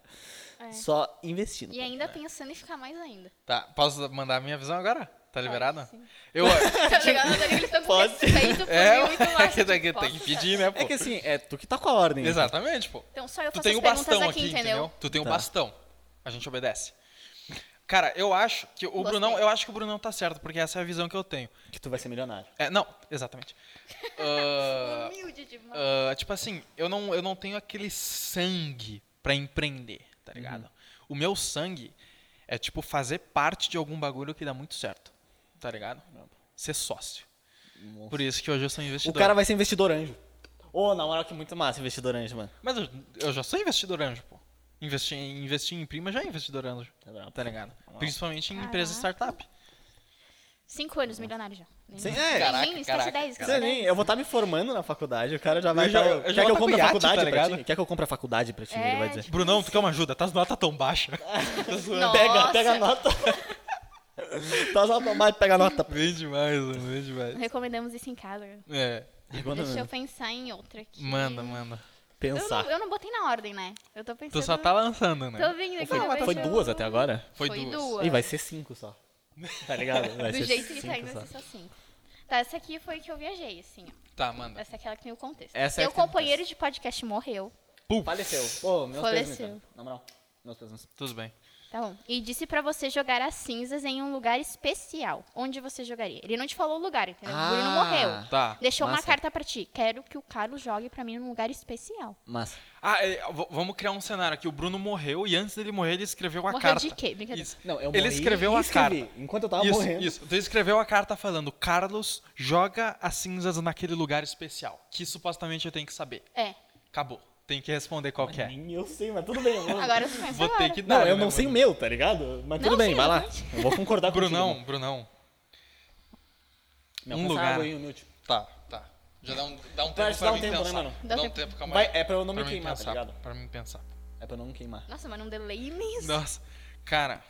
S3: Uhum. É.
S2: Só investindo.
S3: E
S1: é.
S3: ainda pensando em ficar mais ainda.
S1: Tá, posso mandar a minha visão agora? Tá liberado?
S3: sim.
S1: Eu.
S3: Tá ligado? Tá ligado? Eles estão com
S2: Pode.
S3: respeito por
S1: É,
S3: mim muito mais.
S1: que
S3: tipo,
S1: tem que, tem
S3: posso,
S1: que
S3: cara?
S1: pedir, né, pô?
S2: É que assim, é tu que tá com a ordem. né?
S1: Exatamente, pô.
S3: Então só eu
S1: Tu
S3: faço
S1: tem
S3: as
S1: o
S3: perguntas
S1: bastão
S3: aqui,
S1: aqui, entendeu? Tu tem o
S2: Tá.
S1: bastão. A gente obedece. Cara, eu acho que o
S3: Gostei.
S1: Brunão, eu acho que o Brunão tá certo, porque essa é a visão que eu tenho.
S2: Que tu vai ser milionário.
S1: É, não, exatamente. Ah,
S3: Humilde demais.
S1: Ah, tipo assim, eu não, eu não tenho aquele sangue pra empreender, tá ligado? O meu sangue é, tipo, fazer parte de algum bagulho que dá muito certo, tá ligado? Ser sócio. Por isso que hoje eu sou
S2: O
S1: investidor.
S2: cara vai ser investidor anjo. Ô, na moral que é muito massa investidor anjo, mano.
S1: Mas eu, eu já sou investidor anjo, pô. Investir, em- investir em prima já é investidor anjo,
S2: Tá bravo.
S1: tá ligado? Principalmente em empresa startup.
S3: Cinco anos, milionário já. Nem-
S2: Sim, é.
S3: nem-
S1: Caraca,
S3: nem, esquece né?
S1: caraca,
S3: 10,
S1: caraca.
S2: Sei
S3: esquece 10.
S2: nem, eu vou estar me formando na faculdade, o cara já vai.
S1: já-
S2: tá-
S1: eu já vou
S2: quer que
S1: tá
S2: eu
S1: com
S2: compre a
S1: iate,
S2: faculdade
S1: tá
S2: pra ti?
S1: ligado?
S2: Quer que eu compre a faculdade pra ti?
S3: É,
S2: ele vai dizer.
S3: tipo,
S1: Brunão, tu quer uma ajuda? Tá as notas tão baixas. Tá zoando.
S3: Nossa.
S2: Pega, pega a nota. tá só automático, pega a nota.
S1: Bem demais, mano, bem demais.
S3: Recomendamos isso em casa.
S1: É.
S3: Deixa eu pensar em outra aqui.
S1: Manda, manda.
S3: Eu não,
S2: Pensar.
S3: eu não botei na ordem, né? Eu tô pensando.
S1: Tu só tá lançando, né?
S3: Tô vindo aqui.
S2: Foi,
S3: ó,
S2: foi
S3: deixa eu-
S2: duas até agora?
S1: Foi
S3: Foi
S1: duas.
S3: duas.
S2: Ih, vai ser cinco só. Tá ligado? Vai
S3: Do
S2: ser
S3: jeito que
S2: cinco
S3: tá indo,
S2: só.
S3: vai ser só cinco. Tá, essa aqui foi que eu viajei, assim, ó.
S1: Tá, manda.
S3: Essa é aquela que tem o contexto.
S2: Essa é
S3: Meu
S2: a que tem o
S3: companheiro de podcast morreu,
S1: Puf,
S2: Faleceu. Pô, meus
S3: Faleceu.
S2: pêsames, cara. Na moral, meus pêsames.
S1: tudo bem.
S3: tá bom? E disse pra você jogar as cinzas em um lugar especial. Onde você jogaria? Ele não te falou o lugar, entendeu? o Bruno
S2: Ah.
S3: morreu.
S1: Tá.
S3: Deixou uma
S2: massa.
S3: carta pra ti. Quero que o Carlos jogue pra mim num lugar especial.
S2: Massa.
S1: Ah, é, v- vamos criar um cenário aqui. O Bruno morreu e antes dele morrer ele escreveu a
S3: Morreu
S1: carta.
S3: de quê? Brincadeira.
S1: Isso.
S2: Não, eu
S1: ele
S2: morri
S1: escreveu
S2: e
S1: a
S2: escrevi,
S1: carta.
S2: enquanto eu tava
S1: isso,
S2: morrendo.
S1: Isso. Então ele escreveu a carta falando: Carlos joga as cinzas naquele lugar especial. Que supostamente eu tenho que saber.
S3: É.
S1: Acabou. Tem que responder qual que é.
S2: Nem eu sei, mas tudo bem. eu vou-
S3: Agora você conhece
S1: Vou
S3: agora.
S1: ter que dar.
S2: Não, eu
S1: né,
S2: não sei o
S1: mano?
S2: meu, tá ligado? Mas tudo
S3: Ah. Não,
S2: bem,
S3: sim,
S2: vai lá.
S3: exatamente.
S2: Eu vou concordar com
S1: Brunão, Brunão.
S2: Meu,
S1: um
S2: passa
S1: lugar.
S2: água aí, inútil.
S1: Tá, tá. Já dá um, dá um
S2: Vai,
S1: tempo
S2: dá
S1: pra
S2: um
S1: mim
S2: tempo, né,
S1: pensar.
S2: mano?
S1: Dá
S3: Dá
S1: um
S3: um
S1: tempo, calma
S2: Vai,
S1: aí.
S2: é pra eu não me
S1: mim
S2: queimar, tá
S1: pensar,
S2: ligado?
S1: Pra mim pensar.
S2: É pra eu não me queimar.
S3: Nossa, mas um delay imenso.
S1: Nossa, cara,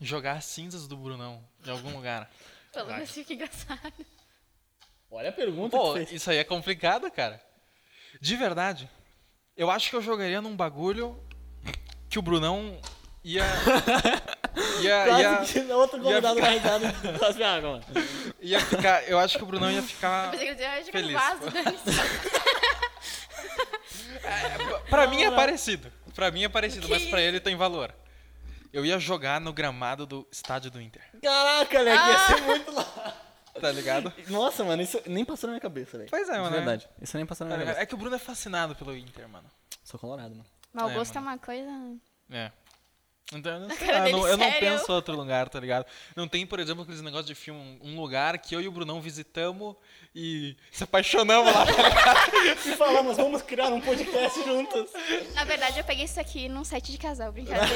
S1: jogar as cinzas do Brunão em algum lugar.
S3: Pelo menos fica engraçado.
S2: Olha a pergunta
S1: Pô,
S2: que fez.
S1: isso aí é complicado, cara. De verdade, eu acho que eu jogaria num bagulho que o Brunão E a. e a- e a-
S2: Quase que outro convidado
S1: ficar-
S2: vai dar no quase água, mano.
S1: ia ficar. Eu acho que o Brunão ia
S3: Eu
S1: ficar.
S3: pensei que ele dizia, "Ah, joga no
S1: Feliz. É,
S3: vaso, dane-se."
S1: Pra mim é parecido. Pra mim é parecido,
S3: Que
S1: mas pra ele tem valor. Eu ia jogar no gramado do estádio do Inter.
S2: Caraca, Leg, ia ser muito lá.
S1: Tá ligado?
S2: Ah! Nossa, mano, isso nem passou na minha cabeça, velho.
S1: Pois é,
S2: De
S1: mano, é.
S2: verdade. Isso nem passou na minha cabeça.
S1: É que o Bruno é fascinado pelo Inter, mano.
S2: Sou colorado, mano.
S3: Mau
S1: É,
S3: gosto é
S1: mano.
S3: uma coisa.
S1: É. Então, eu não, sei lá,
S3: cara
S1: eu
S3: dele,
S1: não- eu não
S3: sério?
S1: penso em outro lugar, tá ligado? Não tem, por exemplo, aqueles negócios de filme, um- um lugar que eu e o Brunão visitamos e se apaixonamos lá.
S2: E falamos, vamos criar um podcast juntos.
S3: Na verdade, eu peguei isso aqui num site de casal, brincadeira.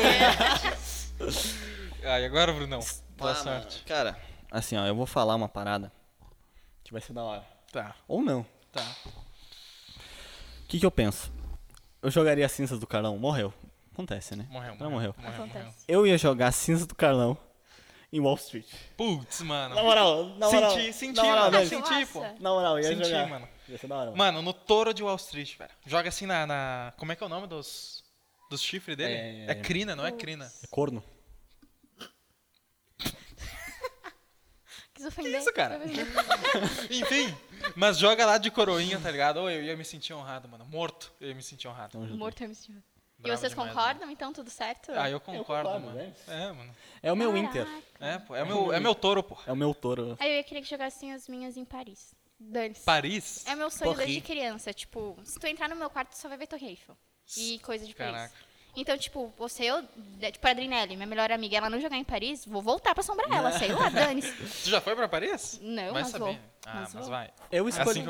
S1: Ai, agora, Brunão. Boa sorte.
S2: Cara, assim, ó, eu vou falar uma parada que vai ser da hora.
S1: Tá,
S2: Ou não.
S1: tá.
S2: O que, que eu penso? Eu jogaria as cinzas do Carlão. Morreu. Acontece, né?
S1: Morreu,
S2: Não
S1: morreu.
S2: morreu.
S1: Morreu, morreu.
S3: É, Acontece.
S2: Eu ia jogar as cinzas do Carlão em Wall Street.
S1: Putz, mano.
S2: Na moral, na moral.
S1: Senti, senti,
S2: na moral,
S1: mano.
S2: velho.
S3: velho.
S1: Senti, pô.
S3: Nossa.
S2: Na moral, ia
S1: Senti,
S2: jogar.
S1: mano.
S2: Ia ser da hora. mano.
S1: Mano, no touro de Wall Street, velho. Joga assim na, na- Como é que é o nome dos. Dos chifres dele?
S2: É,
S1: É,
S2: é, é.
S1: crina, não é crina.
S2: É corno.
S3: Quis ofender.
S1: isso, cara?
S3: quis ofender.
S1: Enfim, mas joga lá de coroinha, tá ligado? Ô, eu ia me sentir honrado, mano. Morto, eu ia me sentir honrado.
S2: Tamo junto.
S3: Morto é homicídio. E
S1: Bravo
S3: vocês
S1: demais, né?
S3: concordam, então, tudo certo?
S1: Ah, eu concordo,
S2: concordo,
S1: mano.
S2: velho.
S1: É, mano.
S2: É o meu
S3: Caraca.
S2: Inter.
S1: É, pô. É
S3: Uhum.
S1: meu, é meu touro, pô.
S2: É o meu touro.
S3: Aí eu ia querer que jogassem as minhas em Paris. Dane-se.
S1: Paris?
S3: É meu sonho
S2: Porri.
S3: desde criança. Tipo, se tu entrar no meu quarto, tu só vai ver Torre Eiffel. E coisa de Paris.
S1: Caraca.
S3: Então, tipo, você, eu, é, tipo, a Adrinelli, minha melhor amiga, ela não jogar em Paris, vou voltar pra assombrar ela, sei lá, dane-se.
S1: Tu já foi pra Paris?
S3: Não,
S1: vai
S3: mas
S1: saber.
S3: vou.
S1: Ah, mas,
S3: Mas vou.
S1: vai.
S2: Eu
S1: É
S2: escolhi.
S1: assim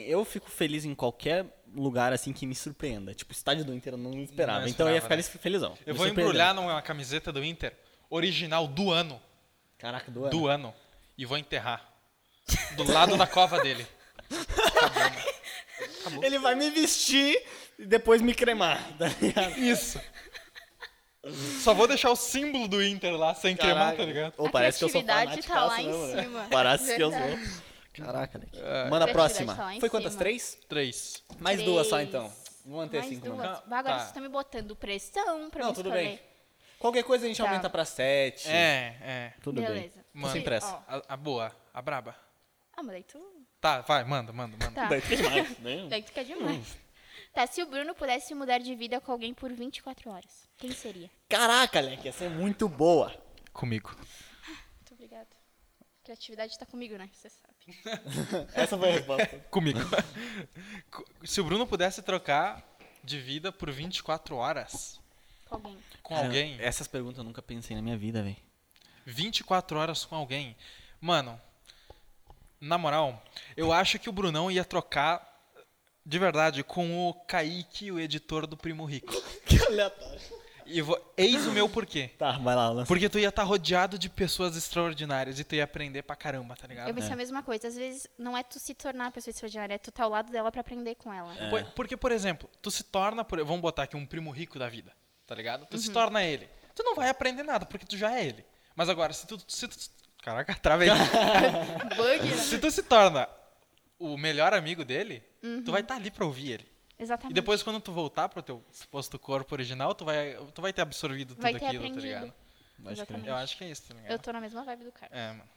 S1: que eu gosto.
S2: fico feliz em qualquer lugar assim que me surpreenda. Tipo, estádio do Inter eu não esperava.
S1: Não
S2: então eu ia ficar
S1: esperava, né?
S2: felizão.
S1: Eu
S2: Me
S1: vou
S2: surpreendeu.
S1: embrulhar numa camiseta do Inter, original do ano.
S2: Caraca, do ano.
S1: Do ano. E vou enterrar. Do lado da cova dele.
S2: Ele vai me vestir e depois me cremar, tá ligado?
S1: Isso. Só vou deixar o símbolo do Inter lá sem cremar, tá ligado?
S2: Ou
S3: A
S2: parece que eu sou
S3: criatividade tá lá
S2: fanaticaço,
S3: em
S2: né, mano?
S3: cima.
S2: Parece que eu sou. É.
S3: Verdade.
S2: Caraca, Nick. Manda a
S3: criatividade
S2: próxima.
S3: tá lá em
S2: Foi quantas?
S3: cima.
S2: Três?
S1: Três.
S2: Mais duas só,
S3: Três.
S2: então. Vou manter
S3: Mais
S2: cinco.
S3: duas.
S2: mano.
S1: Tá,
S3: Bah, Agora
S1: tá.
S3: vocês estão me botando pressão pra
S2: Não,
S3: me
S2: tudo
S3: escolher.
S2: bem. Qualquer coisa a gente
S3: Tá.
S2: aumenta pra sete.
S1: É, é.
S2: Tudo
S3: Beleza.
S2: bem. Tô sem
S1: Mano.
S2: pressa.
S3: Ó,
S1: A, a boa, a braba.
S3: ah, mas daí tu...
S1: Tá, vai, manda, manda, manda.
S3: Tá.
S2: Daí fica demais, né?
S3: Daí tu quer demais.
S1: Hum.
S3: Tá, se o Bruno pudesse mudar de vida com alguém por 24 horas, quem seria?
S2: Caraca, Leque, essa é muito boa.
S3: Tá.
S1: Comigo.
S3: Muito obrigada. Criatividade tá comigo, né? Você sabe.
S2: Essa foi a resposta.
S1: Comigo. Co- Se o Bruno pudesse trocar de vida por 24 horas
S3: Com alguém.
S1: com alguém,
S2: Essas perguntas eu nunca pensei na minha vida, velho.
S1: 24 horas com alguém, mano, na moral, eu acho que o Brunão ia trocar de verdade com o Kaique, o editor do Primo Rico.
S2: Que aleatório.
S1: E vou- eis o meu porquê.
S2: Tá, vai lá, lança.
S1: Porque tu ia estar rodeado de pessoas extraordinárias e tu ia aprender pra caramba, tá ligado?
S3: Eu pensei a mesma coisa. Às vezes, não é tu se tornar a pessoa extraordinária, é tu tá ao lado dela pra aprender com ela.
S1: Por- Porque, por exemplo, tu se torna, por- vamos botar aqui um primo rico da vida, tá ligado? Tu
S3: Uhum.
S1: se torna ele. Tu não vai aprender nada, porque tu já é ele. Mas agora, se tu. Se tu caraca, travei.
S3: Bug, né?
S1: se tu se torna o melhor amigo dele, tu vai estar ali pra ouvir ele. E
S3: Uhum. Exatamente.
S1: depois, quando tu voltar pro teu suposto corpo original, tu vai, tu vai ter absorvido tudo
S3: Vai ter
S1: aquilo, tá
S3: aprendido.
S1: ligado?
S3: Exatamente.
S1: Eu acho que é isso, tá ligado?
S3: Eu tô na mesma vibe do cara.
S1: É, mano.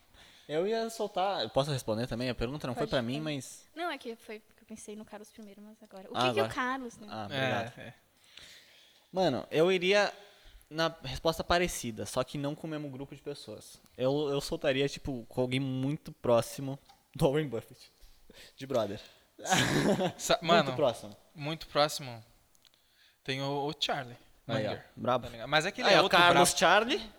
S2: Eu ia soltar. eu Posso responder também? A pergunta não foi
S3: Pode,
S2: pra mim,
S3: pode.
S2: mas.
S3: Não, é que foi porque eu pensei no Carlos primeiro, mas agora. O que,
S2: Ah,
S3: que é
S2: agora.
S3: o Carlos, né?
S2: Ah, obrigado.
S1: É, é.
S2: Mano, eu iria na resposta parecida, só que não com o mesmo grupo de pessoas. Eu, eu soltaria, tipo, com alguém muito próximo do Warren Buffett. De brother.
S1: Sa- mano,
S2: muito próximo.
S1: muito próximo tem o, o Charlie.
S2: Aí, ó,
S1: Munger,
S2: brabo.
S1: tá ligado? Mas é que ele
S2: Aí,
S1: é
S2: ó,
S1: outro
S2: Ah, Carlos
S1: brabo.
S2: Charlie.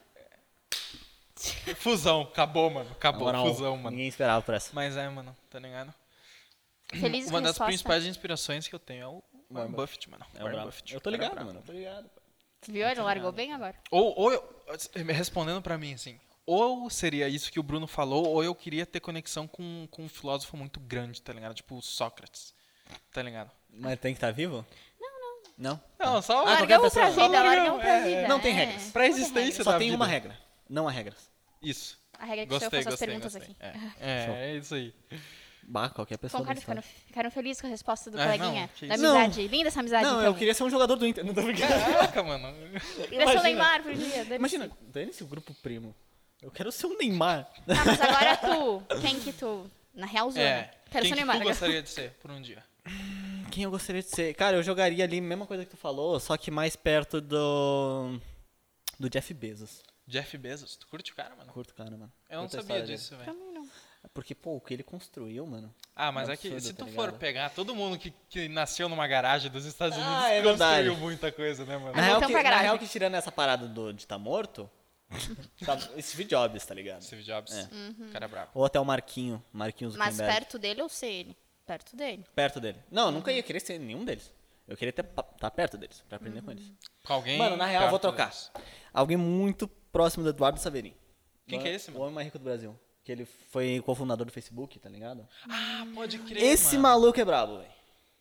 S1: Fusão, acabou, mano.
S2: Na
S1: Acabou,
S2: moral,
S1: fusão, mano.
S2: Ninguém esperava por essa.
S1: Mas é, mano, tá ligado?
S3: Felizes
S1: Uma
S3: com
S1: das
S3: resposta.
S1: principais inspirações que eu tenho é o Warren
S2: Warren
S1: Buffett, mano.
S2: É o
S1: Warren
S2: brabo.
S1: Buffett.
S2: Eu tô
S1: o cara é
S2: ligado,
S1: brabo.
S2: mano. Eu tô ligado. pai.
S3: Viu? Ele largou bem agora.
S1: Ou, ou eu, me respondendo pra mim, assim, ou seria isso que o Bruno falou, ou eu queria ter conexão com, com um filósofo muito grande, tá ligado? Tipo o Sócrates, tá ligado?
S2: Mas tem que estar vivo? Não, não. Não?
S1: Não, só...
S2: Ah, qualquer
S3: largou pra
S2: pessoa.
S3: vida,
S1: Só largou,
S3: largou pra
S1: é,
S3: vida.
S2: Não tem
S3: é.
S2: regras.
S1: Pra existência
S2: Só
S1: da
S2: tem
S1: vida.
S2: uma regra. Não há regras.
S1: Isso.
S3: A regra é que sou eu
S1: Gostei,
S3: faço as
S1: gostei,
S3: perguntas
S1: gostei.
S3: aqui.
S1: É, é, é isso aí.
S2: Bah, qualquer pessoa.
S3: São caras
S2: desse
S3: ficaram,
S2: lado.
S3: ficaram felizes com a resposta do
S1: Ah,
S3: coleguinha.
S1: não, que
S3: da
S1: isso.
S3: amizade. Linda essa amizade.
S2: Não,
S3: então.
S2: eu queria ser um jogador do Inter. Não tô brincando.
S1: Caraca, mano.
S3: Queria ser o Neymar por dia. dane-se.
S2: Imagina, dane-se o grupo primo. Eu quero ser um Neymar.
S3: Tá, mas agora tu. Quem que tu? Na realzona.
S1: É.
S3: Quero
S1: Quem
S3: ser o
S1: que
S3: Neymar.
S1: tu gostaria de ser por um dia?
S2: Quem eu gostaria de ser? Cara, eu jogaria ali, mesma coisa que tu falou, só que mais perto do. Do Jeff Bezos.
S1: Jeff Bezos. Tu curte o cara, mano?
S2: Curto, cara, mano.
S1: Eu não
S2: Curto a
S1: sabia
S2: história dele.
S1: disso,
S3: Pra
S1: velho.
S3: mim, não.
S2: Porque, pô, o que ele construiu, mano.
S1: Ah, mas
S2: É
S1: é que
S2: absurdo,
S1: se
S2: tá
S1: tu for
S2: ligado?
S1: pegar todo mundo que, que nasceu numa garagem dos Estados
S2: Ah,
S1: Unidos,
S2: é verdade.
S1: construiu muita coisa, né, mano?
S2: Na real,
S3: voltamos
S2: que, na
S3: pra garagem.
S2: real que tirando essa parada do, de tá morto, tá, Steve Jobs, tá ligado?
S1: Steve Jobs.
S2: Uhum.
S1: O cara é brabo.
S2: Ou até o Marquinho, Marquinho
S3: Mas
S2: Zuckerberg.
S3: perto dele ou ser ele? Perto dele.
S2: Perto dele. Não, eu nunca ia querer ser nenhum deles. Eu queria estar tá perto deles, pra aprender com eles.
S1: Com alguém.
S2: Mano, na real, eu vou
S1: perto
S2: trocar.
S1: deles.
S2: Alguém muito próximo do Eduardo Saverin.
S1: Quem
S2: O
S1: que é
S2: homem-
S1: esse,
S2: O
S1: mano?
S2: homem mais rico do Brasil. Que ele foi cofundador do Facebook, tá ligado?
S1: Ah, pode crer,
S2: Esse
S1: mano.
S2: maluco é brabo, velho.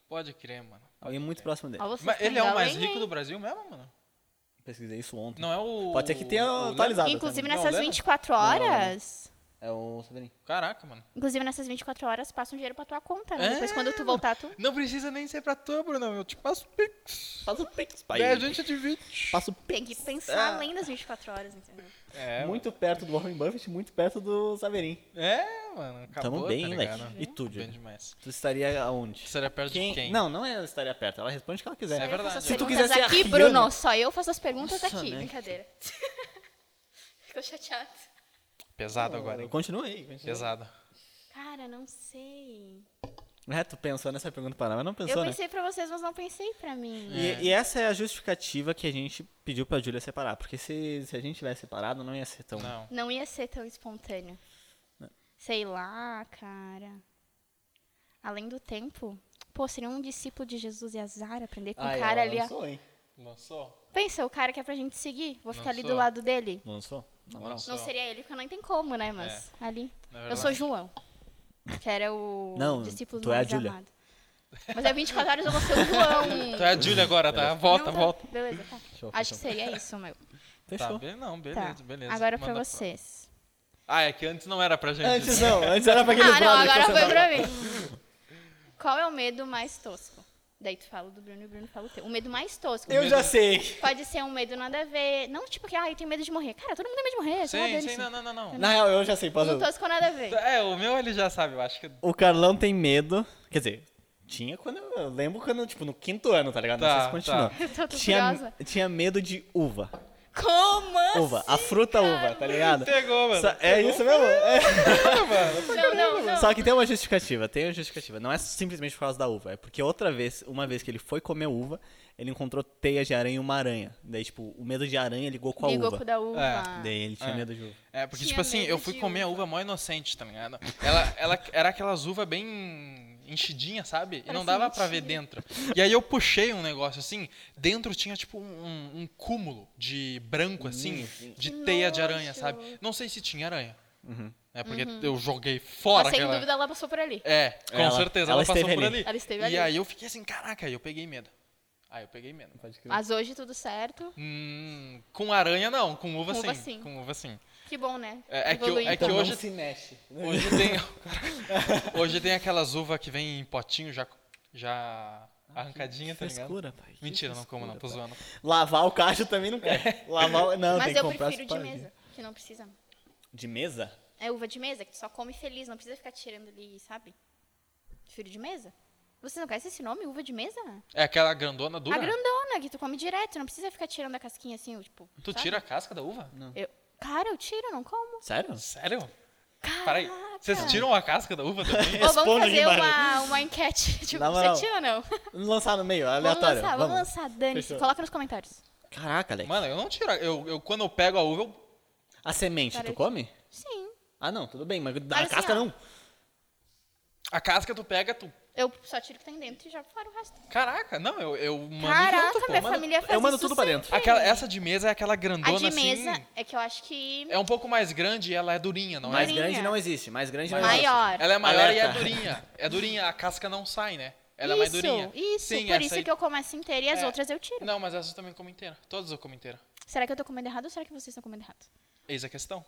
S1: Pode crer, mano.
S2: Alguém muito próximo dele.
S3: Ó, vocês
S1: Mas ele é o
S3: pegam
S1: mais
S3: alguém,
S1: rico
S3: hein?
S1: do Brasil mesmo, mano?
S2: Pesquisei isso ontem.
S1: Não é o.
S2: Pode ser que tenha
S1: o
S2: atualizado.
S3: Inclusive
S1: Não,
S3: nessas
S1: lembra?
S3: 24
S2: Não, não, não.
S3: horas.
S2: É o Saverin.
S1: Lembra? Caraca, mano.
S3: Inclusive nessas 24 horas passa um dinheiro pra tua conta, né?
S1: É,
S3: Depois quando tu voltar, tu.
S1: Não precisa nem ser pra tu, Bruno. Eu te passo o pix.
S2: Passa o pix, pai.
S1: Daí a gente é divide.
S2: Passa o
S3: Tem
S2: pix.
S3: que pensar além das 24 horas, entendeu?
S1: É,
S2: Muito perto do Warren Buffett, muito perto do Saverin.
S1: É, mano. Acabou,
S2: Tamo bem,
S1: tá
S2: moleque.
S1: ligado?
S2: E tu,
S1: Bem
S2: Júlio?
S1: demais.
S2: Tu estaria aonde?
S1: Será perto de quem?
S2: Não, não é estaria perto. Ela responde o que ela quiser.
S1: É
S3: Eu faço
S1: verdade.
S3: as
S1: Se tu
S3: perguntas
S2: quiser ser a
S3: aqui,
S2: Rihanna-
S3: Bruno, só eu faço as perguntas
S2: né? Nossa,
S3: aqui.
S2: né?
S3: Brincadeira. Ficou chateado.
S1: Pesado agora, hein?
S2: Continua aí. Continua.
S1: Pesado.
S3: Cara, não sei.
S2: É, tu pensou nessa pergunta para mas não pensou,
S3: eu
S2: né?
S3: pensei pra vocês, mas não pensei pra mim.
S2: E, e essa é a justificativa que a gente pediu pra Júlia separar. Porque se, se a gente tivesse separado, não ia ser tão.
S1: Não.
S3: Não ia ser tão espontâneo. Sei lá, cara. Além do tempo. Pô, seria um discípulo de Jesus e azar aprender com o
S2: Ai,
S3: Um cara
S2: ela
S3: ali, ó.
S2: Lançou, hein?
S1: Lançou?
S3: Pensa, o cara que é pra gente seguir. Vou ficar ali do
S1: Lançou.
S3: lado dele.
S2: Lançou? Na moral.
S1: Lançou.
S3: Não seria ele, porque não tem como, né? Mas
S1: É.
S3: ali.
S1: Na
S3: Eu
S1: verdade.
S3: sou João. Que era o
S2: Não,
S3: discípulo
S2: tu é a
S3: mais
S2: Júlia.
S3: amado. Mas é 24 horas eu vou ser o João.
S1: Tu é a Júlia agora, tá? Volta,
S3: Não, tá.
S1: volta.
S3: Beleza, tá.
S2: Show,
S3: Acho que
S2: fechou.
S3: seria isso, meu.
S1: Tá,
S2: Fechou.
S1: be- não, beleza,
S3: Tá.
S1: beleza.
S3: Agora pra
S1: Manda
S3: vocês.
S1: Ah, é que antes não era pra gente.
S2: Antes não, antes era pra aqueles
S3: Ah, não,
S2: brothers que
S3: agora
S2: estão
S3: foi
S2: sentados.
S3: pra mim. Qual é o medo mais tosco? Daí tu fala do Bruno e o Bruno fala o teu. O medo mais tosco.
S2: Eu já sei.
S3: Pode ser um medo nada a ver. Não tipo que, ai, tem medo de morrer. Cara, todo mundo tem medo de morrer. é sei lá,
S1: Sim, sim,
S3: dane-se.
S1: não, não, não, não.
S2: Na real, eu já sei. Posso...
S3: Um tosco nada a ver.
S1: É, o meu ele já sabe, eu acho que.
S2: O Carlão tem medo. Quer dizer, tinha quando. Eu eu lembro quando, tipo, no quinto ano, tá ligado?
S1: Tá,
S2: não sei se continua.
S1: tá.
S3: Eu tô
S2: Tinha,
S3: curiosa.
S2: tinha medo de uva.
S3: Como assim?
S2: Uva, a fruta uva, tá ligado?
S1: Pegou, mano.
S2: Sa- É isso mesmo? É.
S3: assim? Não, não, não.
S2: Só que tem uma justificativa, tem uma justificativa. Não é simplesmente por causa da uva, é porque outra vez, uma vez que ele foi comer uva, ele encontrou teia de aranha e uma aranha. Daí, tipo, o medo de aranha ligou com a
S3: Ligou
S2: uva.
S3: com o da uva.
S1: É,
S2: Daí ele tinha
S1: É.
S2: medo de uva.
S1: É, porque,
S3: Tinha
S1: tipo assim,
S3: medo
S1: eu fui
S3: de
S1: comer a uva mó inocente, tá ligado? Ela, ela era aquelas uvas bem enchidinhas, sabe? E não
S3: Parece
S1: dava pra ver
S3: mentira.
S1: dentro. E aí eu puxei um negócio assim, dentro tinha tipo um, um cúmulo de branco, assim,
S2: Hum,
S1: de
S3: Que
S1: teia de aranha,
S3: nojo. Uhum.
S1: sabe? Não sei se tinha aranha.
S2: Uhum.
S1: É porque eu joguei fora
S3: Mas, sem
S1: aquela.
S3: dúvida ela passou por ali.
S1: É, com
S2: Ela-
S1: certeza, ela,
S2: ela
S1: passou
S2: esteve
S1: por
S2: ali.
S1: ali.
S3: Ela esteve
S1: e
S3: ali.
S1: aí eu fiquei assim, caraca, aí eu peguei medo. Aí eu peguei medo.
S3: Mas hoje tudo certo.
S1: Hum, com aranha não, com uva,
S3: Com
S1: sim,
S3: uva sim.
S1: Com uva sim.
S3: Que bom, né?
S1: É- é que eu-
S3: Evoluiu.
S1: é que
S2: Então
S1: hoje-
S2: não se mexe.
S1: Hoje tem, hoje tem aquelas uvas que vem em potinho já, já arrancadinha, tá ligado?
S2: Frescura, pai. que
S1: Mentira, não como não, tô
S2: frescura,
S1: zoando.
S2: pai. Lavar o cacho também não quer. Lavar o... Não, tem
S3: Mas
S2: que
S3: eu
S2: comprar
S3: prefiro de
S2: separadinho.
S3: mesa, que não precisa.
S2: De mesa?
S3: É uva de mesa, que tu só come feliz, não precisa ficar tirando ali, sabe? Prefiro de mesa. Vocês não conhecem esse nome, uva de mesa?
S1: É aquela grandona dura?
S3: A grandona, que tu come direto, não precisa ficar tirando a casquinha assim, tipo.
S1: Tu
S3: sabe?
S1: tira a casca da uva?
S3: Eu... Cara, eu tiro, eu não como.
S2: Sério?
S1: Sério?
S3: Caraca.
S1: Peraí, vocês tiram a casca da uva também?
S3: Ô, vamos
S2: Responda,
S3: fazer
S2: Guimarães.
S3: uma, uma enquete. Tipo,
S2: Na
S3: você
S2: moral.
S3: tira ou não?
S2: Vamos lançar no meio, é
S3: Vamos
S2: aleatório.
S3: lançar, vamos lançar, dane-se.
S2: Fechou.
S3: Coloca nos comentários.
S2: Caraca, Alex.
S1: Mano, eu não tiro. a- Eu, eu, quando eu pego a uva, eu.
S2: A semente,
S3: Cara,
S2: tu
S3: eu-
S2: come?
S3: Sim.
S2: Ah, não, tudo bem, mas da
S3: Olha assim,
S2: casca
S3: ó.
S2: não.
S1: A casca tu pega, tu.
S3: Eu só tiro o que tem dentro e jogo fora o resto.
S1: Caraca, não, eu, eu mando
S3: Caraca,
S1: junto, pô.
S3: minha
S1: Mano,
S3: família faz
S2: eu mando
S3: isso
S2: tudo pra
S3: sempre.
S2: dentro.
S1: aquela- essa de mesa é aquela grandona
S3: A de mesa
S1: assim.
S3: é que eu acho que
S1: É um pouco mais grande e ela é durinha, não
S2: Mais
S1: é?
S3: Durinha.
S2: grande não existe, mais grande não existe.
S3: maior.
S1: Ela é maior e é
S2: Alerta.
S1: durinha. É durinha, a casca não sai, né? Ela
S3: isso,
S1: é mais durinha.
S3: Isso,
S1: Sim,
S3: por
S1: essa
S3: isso
S1: aí-
S3: que eu como essa inteira e as
S1: É.
S3: outras eu tiro.
S1: Não, mas essa eu também como inteira. Todas eu como inteira.
S3: Será que eu tô comendo errado ou será que vocês estão comendo errado?
S1: Eis a questão.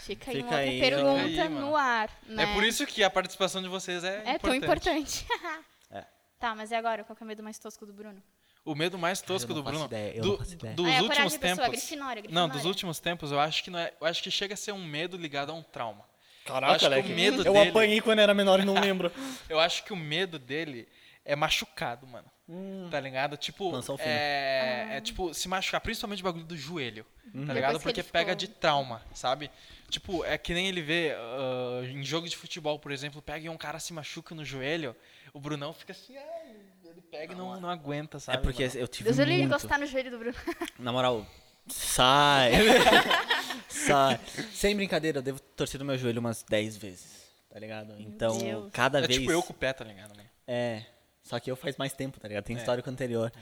S3: Fica aí
S2: Fica
S3: uma outra
S2: aí,
S3: pergunta
S1: fica aí, mano.
S3: no ar. Né?
S1: É por isso que a participação de vocês é,
S3: É
S1: importante.
S3: tão importante.
S2: É.
S3: Tá, mas é agora? Qual que é o medo mais tosco do Bruno?
S1: O medo mais
S2: eu
S1: tosco
S2: não
S1: do
S2: faço
S1: Bruno.
S2: ideia, eu
S1: do-
S2: não faço ideia.
S1: Dos
S3: ah, é a coragem
S1: últimos
S3: da pessoa,
S1: tempos.
S3: Grifinória,
S1: Não,
S3: Grifinória.
S1: dos últimos tempos, eu acho que não é. Eu acho que chega a ser um medo ligado a um trauma. Acho que
S2: Caraca,
S1: o
S2: Leque.
S1: medo
S2: eu
S1: dele-
S2: apanhei quando era menor e não lembro.
S1: Eu acho que o medo dele é machucado, mano.
S3: Hum.
S1: Tá ligado? Tipo,
S2: Mansão fina.
S1: é, é tipo se machucar, principalmente o bagulho do joelho. Tá ligado?
S3: Depois Uhum. É que
S1: Porque
S3: ele
S1: pega de
S3: ficou-
S1: trauma, sabe? Tipo, é que nem ele vê ah, em jogo de futebol, por exemplo, pega e um cara se machuca no joelho, o Brunão fica assim, ai, ele pega e não, não aguenta, sabe?
S2: é porque
S1: mano?
S2: eu tive
S3: Deus, ele
S2: muito.
S3: encostar no joelho do Bruno.
S2: Na moral, sai. sai. Sem brincadeira, eu devo ter torcido meu joelho umas 10 vezes, tá ligado? Então,
S3: Deus.
S2: cada
S1: é
S2: vez...
S1: tipo eu com o pé, tá ligado? Mano?
S2: É. Só que eu faz mais tempo, tá ligado? Tem
S1: É.
S2: histórico anterior.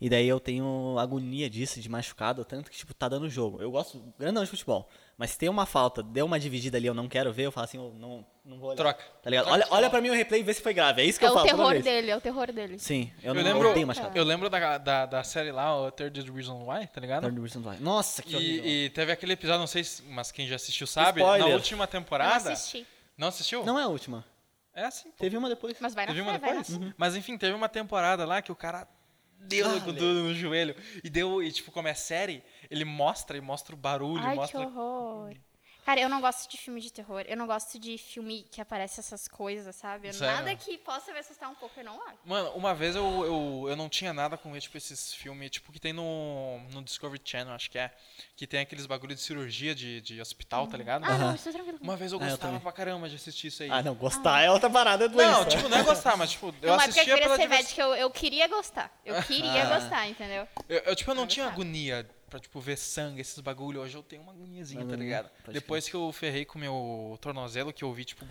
S2: E daí eu tenho agonia disso, de machucado, tanto que, tipo, tá dando jogo. Eu gosto grandão de futebol. Mas se tem uma falta, deu uma dividida ali, eu não quero ver, eu falo assim, eu não, não vou olhar.
S1: Troca.
S2: Tá ligado?
S1: Troca
S2: Olha,
S1: de
S2: olha
S1: bola.
S2: pra mim o replay e vê se foi grave. É isso que
S3: É
S2: eu
S3: o
S2: falo toda
S3: terror
S2: vez.
S3: dele, é o terror dele.
S2: Sim, eu,
S1: Eu,
S2: não
S1: lembro,
S2: odeio machucado.
S1: eu lembro da, da, da série lá, o Third Reason Why, tá ligado?
S2: Third Person Drive. Nossa, que horrível.
S1: E, e teve aquele episódio, não sei, se, mas quem já assistiu sabe,
S2: Spoiler.
S1: na última temporada.
S3: Eu assisti.
S1: Não assistiu?
S2: Não é a última.
S1: É assim. Pô.
S2: Teve uma depois.
S3: Mas vai na
S1: Teve
S3: fé,
S1: uma
S3: vai na
S1: depois? Uhum. Mas enfim, teve uma temporada lá que o cara deu
S2: Ah,
S1: com tudo no joelho. E deu, e tipo, como é série, ele mostra e mostra o barulho,
S3: Ai, que
S1: mostra.
S3: horror. Cara, eu não gosto de filme de terror. Eu não gosto de filme que aparece essas coisas, sabe? Eu-
S1: Sério?
S3: Nada que possa me assustar um pouco, eu não gosto.
S1: Mano, uma vez eu, eu, eu não tinha nada com tipo, esses filmes, tipo, que tem no, no Discovery Channel, acho que é. Que tem aqueles bagulho de cirurgia de, de hospital, tá ligado?
S3: Ah, não,
S2: Aham.
S3: estou tranquilo.
S1: Uma vez eu
S2: Ah, eu
S1: gostava
S2: também.
S1: pra caramba de assistir isso aí.
S2: Ah, não, gostar é outra parada, é doença.
S1: Não, tipo, não é gostar, mas tipo, eu
S3: Numa época que
S1: assistia
S3: eu queria
S1: pela
S3: ser
S1: diversão.
S3: médica, eu, eu queria gostar. Eu queria
S2: Ah.
S3: gostar, entendeu?
S1: Eu, eu, tipo, eu não tinha
S3: sabe?
S1: agonia pra, tipo, ver sangue, esses bagulho. Hoje eu tenho uma agoniazinha,
S2: Uma
S1: tá
S2: agonia,
S1: ligado?
S2: pode
S1: Depois que eu ferrei com o meu tornozelo, que eu vi, tipo,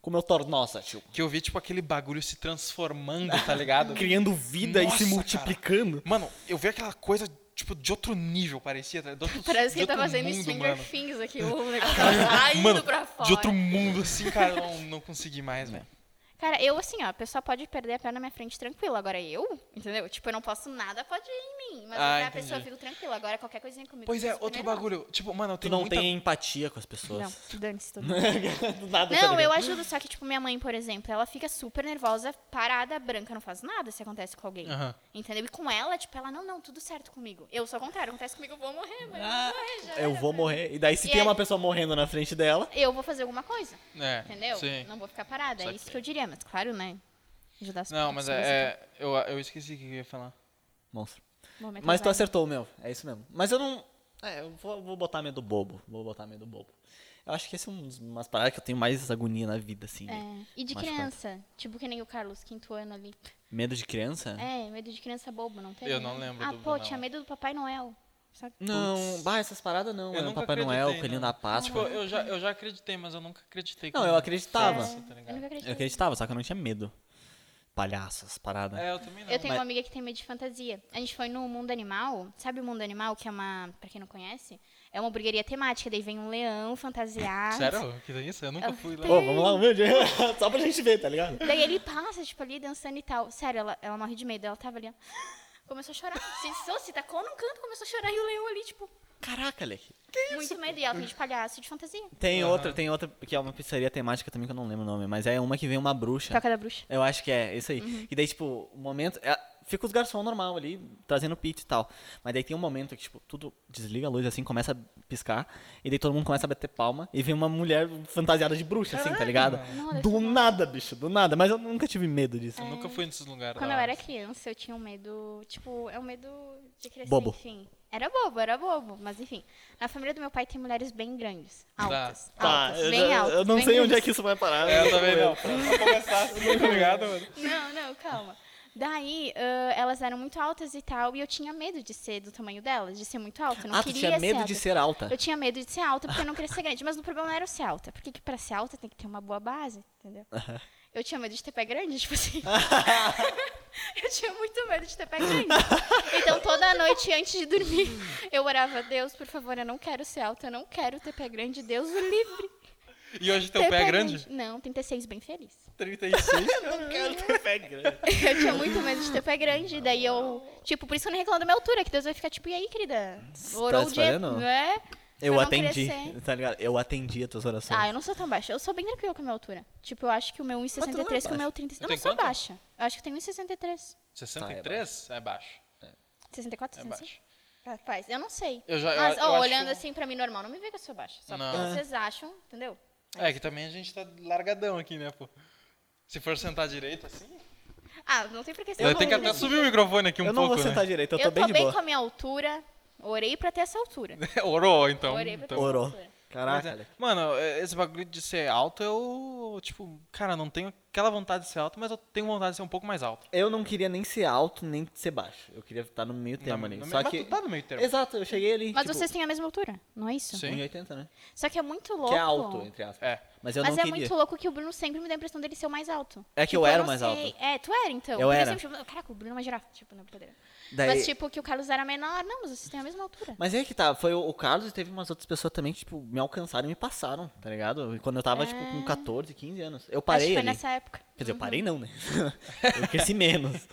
S2: Como eu torno. Nossa, tio.
S1: que eu vi, tipo, aquele bagulho se transformando, tá ligado?
S2: Criando vida
S1: Nossa,
S2: e se multiplicando.
S1: Mano, eu vi aquela coisa, tipo, de outro nível, parecia. tá ligado? De outro,
S3: Parece
S1: de
S3: que ele tá
S1: outro
S3: fazendo
S1: mundo,
S3: Stranger
S1: mano.
S3: Things aqui, o negócio tá saindo
S1: Mano,
S3: pra fora.
S1: De outro mundo, assim, cara, eu não, não consegui mais, velho.
S3: Cara, eu assim, ó, a pessoa pode perder a perna na minha frente tranquilo. Agora eu, entendeu? Tipo, eu não posso nada, pode ir em mim. Mas
S1: Ah,
S3: a pessoa
S1: entendi.
S3: fica tranquila. Agora qualquer coisinha comigo.
S1: Pois é,
S3: eu fico
S1: outro
S3: nervosa.
S1: bagulho. Tipo, mano, eu
S2: Tu
S1: tenho
S2: não
S1: muita...
S2: tem empatia com as
S3: Não,
S2: pessoas.
S3: dane-se tudo.
S2: Do nada, tá
S3: Não,
S2: ligado?
S3: eu ajudo, só que, tipo, minha mãe, por exemplo, ela fica super nervosa, parada, branca, não faz nada se acontece com alguém.
S1: Aham.
S3: Entendeu? E com ela, tipo, ela, não, não, tudo certo comigo. Eu sou o contrário, acontece comigo, eu vou morrer, mãe.
S2: Ah,
S3: eu vou morrer, já
S2: Eu
S3: era,
S2: vou
S3: mãe.
S2: morrer. E daí, se
S3: E
S2: tem
S3: aí-
S2: uma pessoa morrendo na frente dela.
S3: Eu vou fazer alguma coisa,
S1: É,
S3: entendeu?
S1: Sim.
S3: Não vou ficar parada,
S1: Só
S3: é
S1: que-
S3: isso que eu diria, mas claro, né? Ajudar as
S1: Não, mas
S3: pessoas,
S1: é... é, eu, eu esqueci o que eu ia falar.
S2: Monstro.
S1: é,
S3: então, momento
S2: Mas tu
S3: azar.
S2: acertou o meu. É isso mesmo. Mas eu não. É, eu vou, vou botar medo bobo. Vou botar medo bobo. Eu acho que essa é um dos- umas paradas que eu tenho mais agonia na vida, assim. de-
S3: É. E de
S2: Mas
S3: criança, tipo que nem o Carlos, quinto ano ali.
S2: Medo de criança?
S3: É, medo de criança bobo, não tem?
S1: Eu não lembro
S3: Ah,
S1: do
S3: pô,
S1: Bruno,
S3: tinha
S1: não.
S3: medo do Papai Noel. Sabe?
S2: Não, bah, essas paradas não.
S1: Eu
S2: Era o
S1: nunca
S2: Papai Noel,
S1: acreditei,
S2: Coelhinho
S1: não.
S2: da
S1: Tipo,
S2: Páscoa.
S1: eu já, eu já acreditei, mas eu nunca acreditei.
S2: Não,
S1: quando
S2: eu acreditava.
S1: criança, tá ligado?
S3: Eu nunca
S2: Eu
S3: acreditei.
S2: acreditava, só que eu não tinha medo. Palhaço, essas paradas.
S1: É, eu também não.
S3: Eu tenho
S2: Mas-
S3: uma amiga que tem medo de fantasia. A gente foi no Mundo Animal. Sabe o Mundo Animal, que é uma. Pra quem não conhece, é uma hamburgueria temática. Daí vem um leão fantasiado.
S1: Sério? Que tem isso? Eu nunca fui lá.
S2: Pô, vamos lá, um vídeo. Só pra gente ver, tá ligado?
S3: Daí ele passa, tipo, ali dançando e tal. Sério, ela, ela morre de medo. Ela tava ali, ó. Começou a chorar. Se, se, se tacou num canto, começou a chorar. E o leão ali, tipo,
S2: Caraca, Leque.
S3: muito medo. E ela tem de palhaço e de fantasia.
S2: Tem outra, tem outra que é uma pizzaria temática também que eu não lembro o nome, mas é uma que vem uma bruxa.
S3: Toca da bruxa.
S2: Eu acho que é, isso aí.
S3: Uhum.
S2: E daí, tipo, o momento. é, fica os garçom normal ali, trazendo pizza e tal. Mas daí tem um momento que, tipo, tudo desliga a luz assim, começa a piscar. E daí todo mundo começa a bater palma. E vem uma mulher fantasiada de bruxa, assim, tá ligado?
S3: Não, deve
S2: Do
S3: ser bom.
S2: nada, bicho, do nada. Mas eu nunca tive medo disso.
S3: É.
S1: Eu nunca fui nesses
S2: Tá.
S1: lugares.
S3: Quando
S1: lá.
S3: eu era criança, eu tinha um medo, tipo, é um medo de crescer,
S2: Bobo.
S3: enfim. Era bobo, era bobo, mas enfim. Na família do meu pai tem mulheres bem grandes, altas,
S2: Tá,
S3: altas,
S2: eu,
S3: bem
S2: eu-
S3: altas.
S2: eu não
S3: bem
S2: sei onde é
S3: grandes.
S2: que isso vai parar.
S1: É, eu também não. Pra começar assim, tá ligado, mano?
S3: Não, não, calma. Daí, ãh, elas eram muito altas e tal, e eu tinha medo de ser do tamanho delas, de ser muito alta. Eu não
S2: Ah, tu
S3: queria
S2: tinha medo
S3: ser
S2: de
S3: alta.
S2: ser alta.
S3: Eu tinha medo de ser alta porque eu não queria ser grande. Mas o problema não era eu ser alta. Porque que pra ser alta tem que ter uma boa base, entendeu? Eu tinha medo de ter pé grande, tipo assim. eu tinha muito medo de ter pé grande. Então toda noite antes de dormir, eu orava, Deus, por favor, eu não quero ser alta, eu não quero ter pé grande, Deus o livre.
S1: E hoje teu
S3: Ter
S1: pé é grande?
S3: Não, 36, bem feliz.
S1: 36.
S3: Eu tinha muito medo de ter pé grande, daí eu. Tipo, por isso que eu não reclamo da minha altura, que Deus vai ficar tipo, e aí, querida?
S2: Tá
S3: Orou o
S2: se
S3: dia.
S2: fazendo?
S3: Né?
S2: Eu
S3: não
S2: atendi,
S3: crescer.
S2: tá ligado? Eu atendi as tuas orações.
S3: Ah, eu não sou tão baixa. Eu sou bem tranquila com a minha altura. Tipo, eu acho que o meu
S2: tu não é
S3: 1,63 com o meu 30. Eu
S1: Tu
S3: não
S1: tem
S3: sou
S1: quanto?
S3: baixa. Eu acho que eu tenho 1,63.
S2: Tá,
S1: 63 é baixo.
S3: 64,
S1: É
S3: 65?
S1: baixo.
S3: Rapaz, eu não sei.
S1: Eu já- eu-
S3: Mas,
S1: eu
S3: ó,
S1: acho-
S3: olhando assim pra mim normal, não me vê que eu sou baixa. Só
S1: Não.
S2: É.
S3: porque vocês acham, entendeu?
S1: É que também a gente tá largadão aqui, né, pô? Se for sentar direito assim.
S3: Ah, não tem por que ser
S1: Eu
S3: bom,
S1: tenho que
S3: né?
S1: até subir o microfone aqui um
S2: eu não
S1: pouco.
S2: vou sentar direito, eu
S3: Eu
S2: tô bem de boa.
S3: com a minha altura. Orei pra ter essa altura.
S1: né? Orou, então.
S3: Orei pra ter
S1: então.
S3: essa
S2: Orou.
S3: altura.
S1: Mas
S2: Caraca,
S1: é- Mano, é- esse bagulho de ser alto, eu, tipo, cara, não tenho aquela vontade de ser alto, mas eu tenho vontade de ser um pouco mais alto.
S2: eu não queria nem ser alto, nem ser baixo. Eu queria estar no meio termo ali.
S1: no meio-
S2: Só
S1: mas
S2: que...
S1: tu tá no meio termo.
S2: Exato, eu cheguei ali,
S3: Mas
S2: tipo,
S3: vocês têm a mesma altura, não é isso?
S1: Sim.
S2: 1,80, né?
S3: Só que é muito louco.
S2: Que é alto, entre aspas.
S1: É.
S2: Mas eu
S3: Mas
S2: não
S3: é
S2: queria.
S3: muito louco que o Bruno sempre me dá a impressão dele ser o mais alto.
S2: É que eu
S3: Tipo,
S2: era
S3: não
S2: o mais
S3: sei.
S2: alto.
S3: É, tu era então.
S2: Eu
S3: Porque
S2: era.
S3: Sempre, tipo, Caraca, o Bruno é uma girafa, tipo, não brincadeira.
S2: Daí-
S3: Mas tipo, que o Carlos era menor. Não, mas vocês têm a mesma altura.
S2: Mas é que tá, foi o o Carlos e teve umas outras pessoas também que, tipo, me alcançaram e me passaram, tá ligado? E Quando eu tava, tipo, com 14, 15 anos. Eu
S3: Ah. Acho
S2: parei
S3: que foi
S2: ali.
S3: nessa Uhum. época.
S2: Quer dizer, eu parei não, né? Eu cresci menos.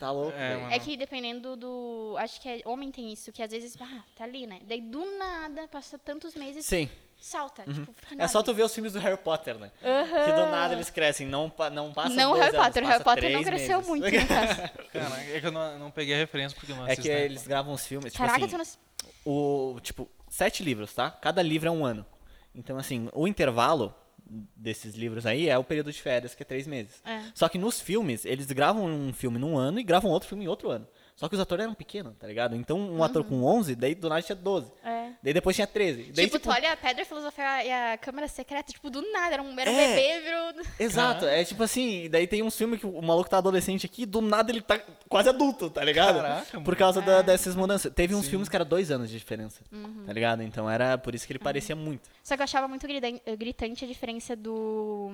S2: Tá louco.
S1: É,
S2: velho.
S1: mano.
S3: É que dependendo do. Acho que é, homem tem isso, que às vezes, ah, tá ali, né? Daí do nada, passa tantos meses,
S2: Sim.
S3: salta. Tipo, fica
S2: É só
S3: enorme.
S2: tu ver os filmes do Harry Potter, né? Que do nada eles crescem, não, pa- não passa
S3: Não o
S2: dois
S3: Harry
S2: anos,
S3: Potter, o
S2: passa
S3: Harry Potter não
S2: três
S3: cresceu
S2: meses.
S3: muito, então. no caso.
S1: Cara, é que eu não, não peguei a referência porque eu não
S2: É
S1: assisto.
S2: que
S1: né?
S2: eles gravam os filmes, tipo
S3: Caraca,
S2: assim,
S3: tu não.
S2: o tipo sete livros, tá? Cada livro é um ano. Então assim, o intervalo desses livros aí é o período de férias que é três meses.
S3: É.
S2: Só que nos filmes eles gravam um filme num ano e gravam outro filme em outro ano. Só que os atores eram pequenos, tá ligado? Então um
S3: Uhum.
S2: ator com 11, daí do nada tinha 12.
S3: É.
S2: Daí depois tinha 13. Daí,
S3: tipo, tu olha a Pedra Filosofal e a Câmara Secreta, tipo, do nada, era um mero
S2: É.
S3: bebê, virou.
S2: Exato, é tipo assim, daí tem um filme que o maluco tá adolescente aqui, do nada ele tá quase adulto, tá ligado?
S1: Caraca,
S2: por causa da-
S3: É.
S2: dessas mudanças. Teve uns filmes que era dois anos de diferença,
S3: Uhum.
S2: tá ligado? Então era por isso que ele parecia muito.
S3: Só que eu achava muito gritan- eh, gritante a diferença do.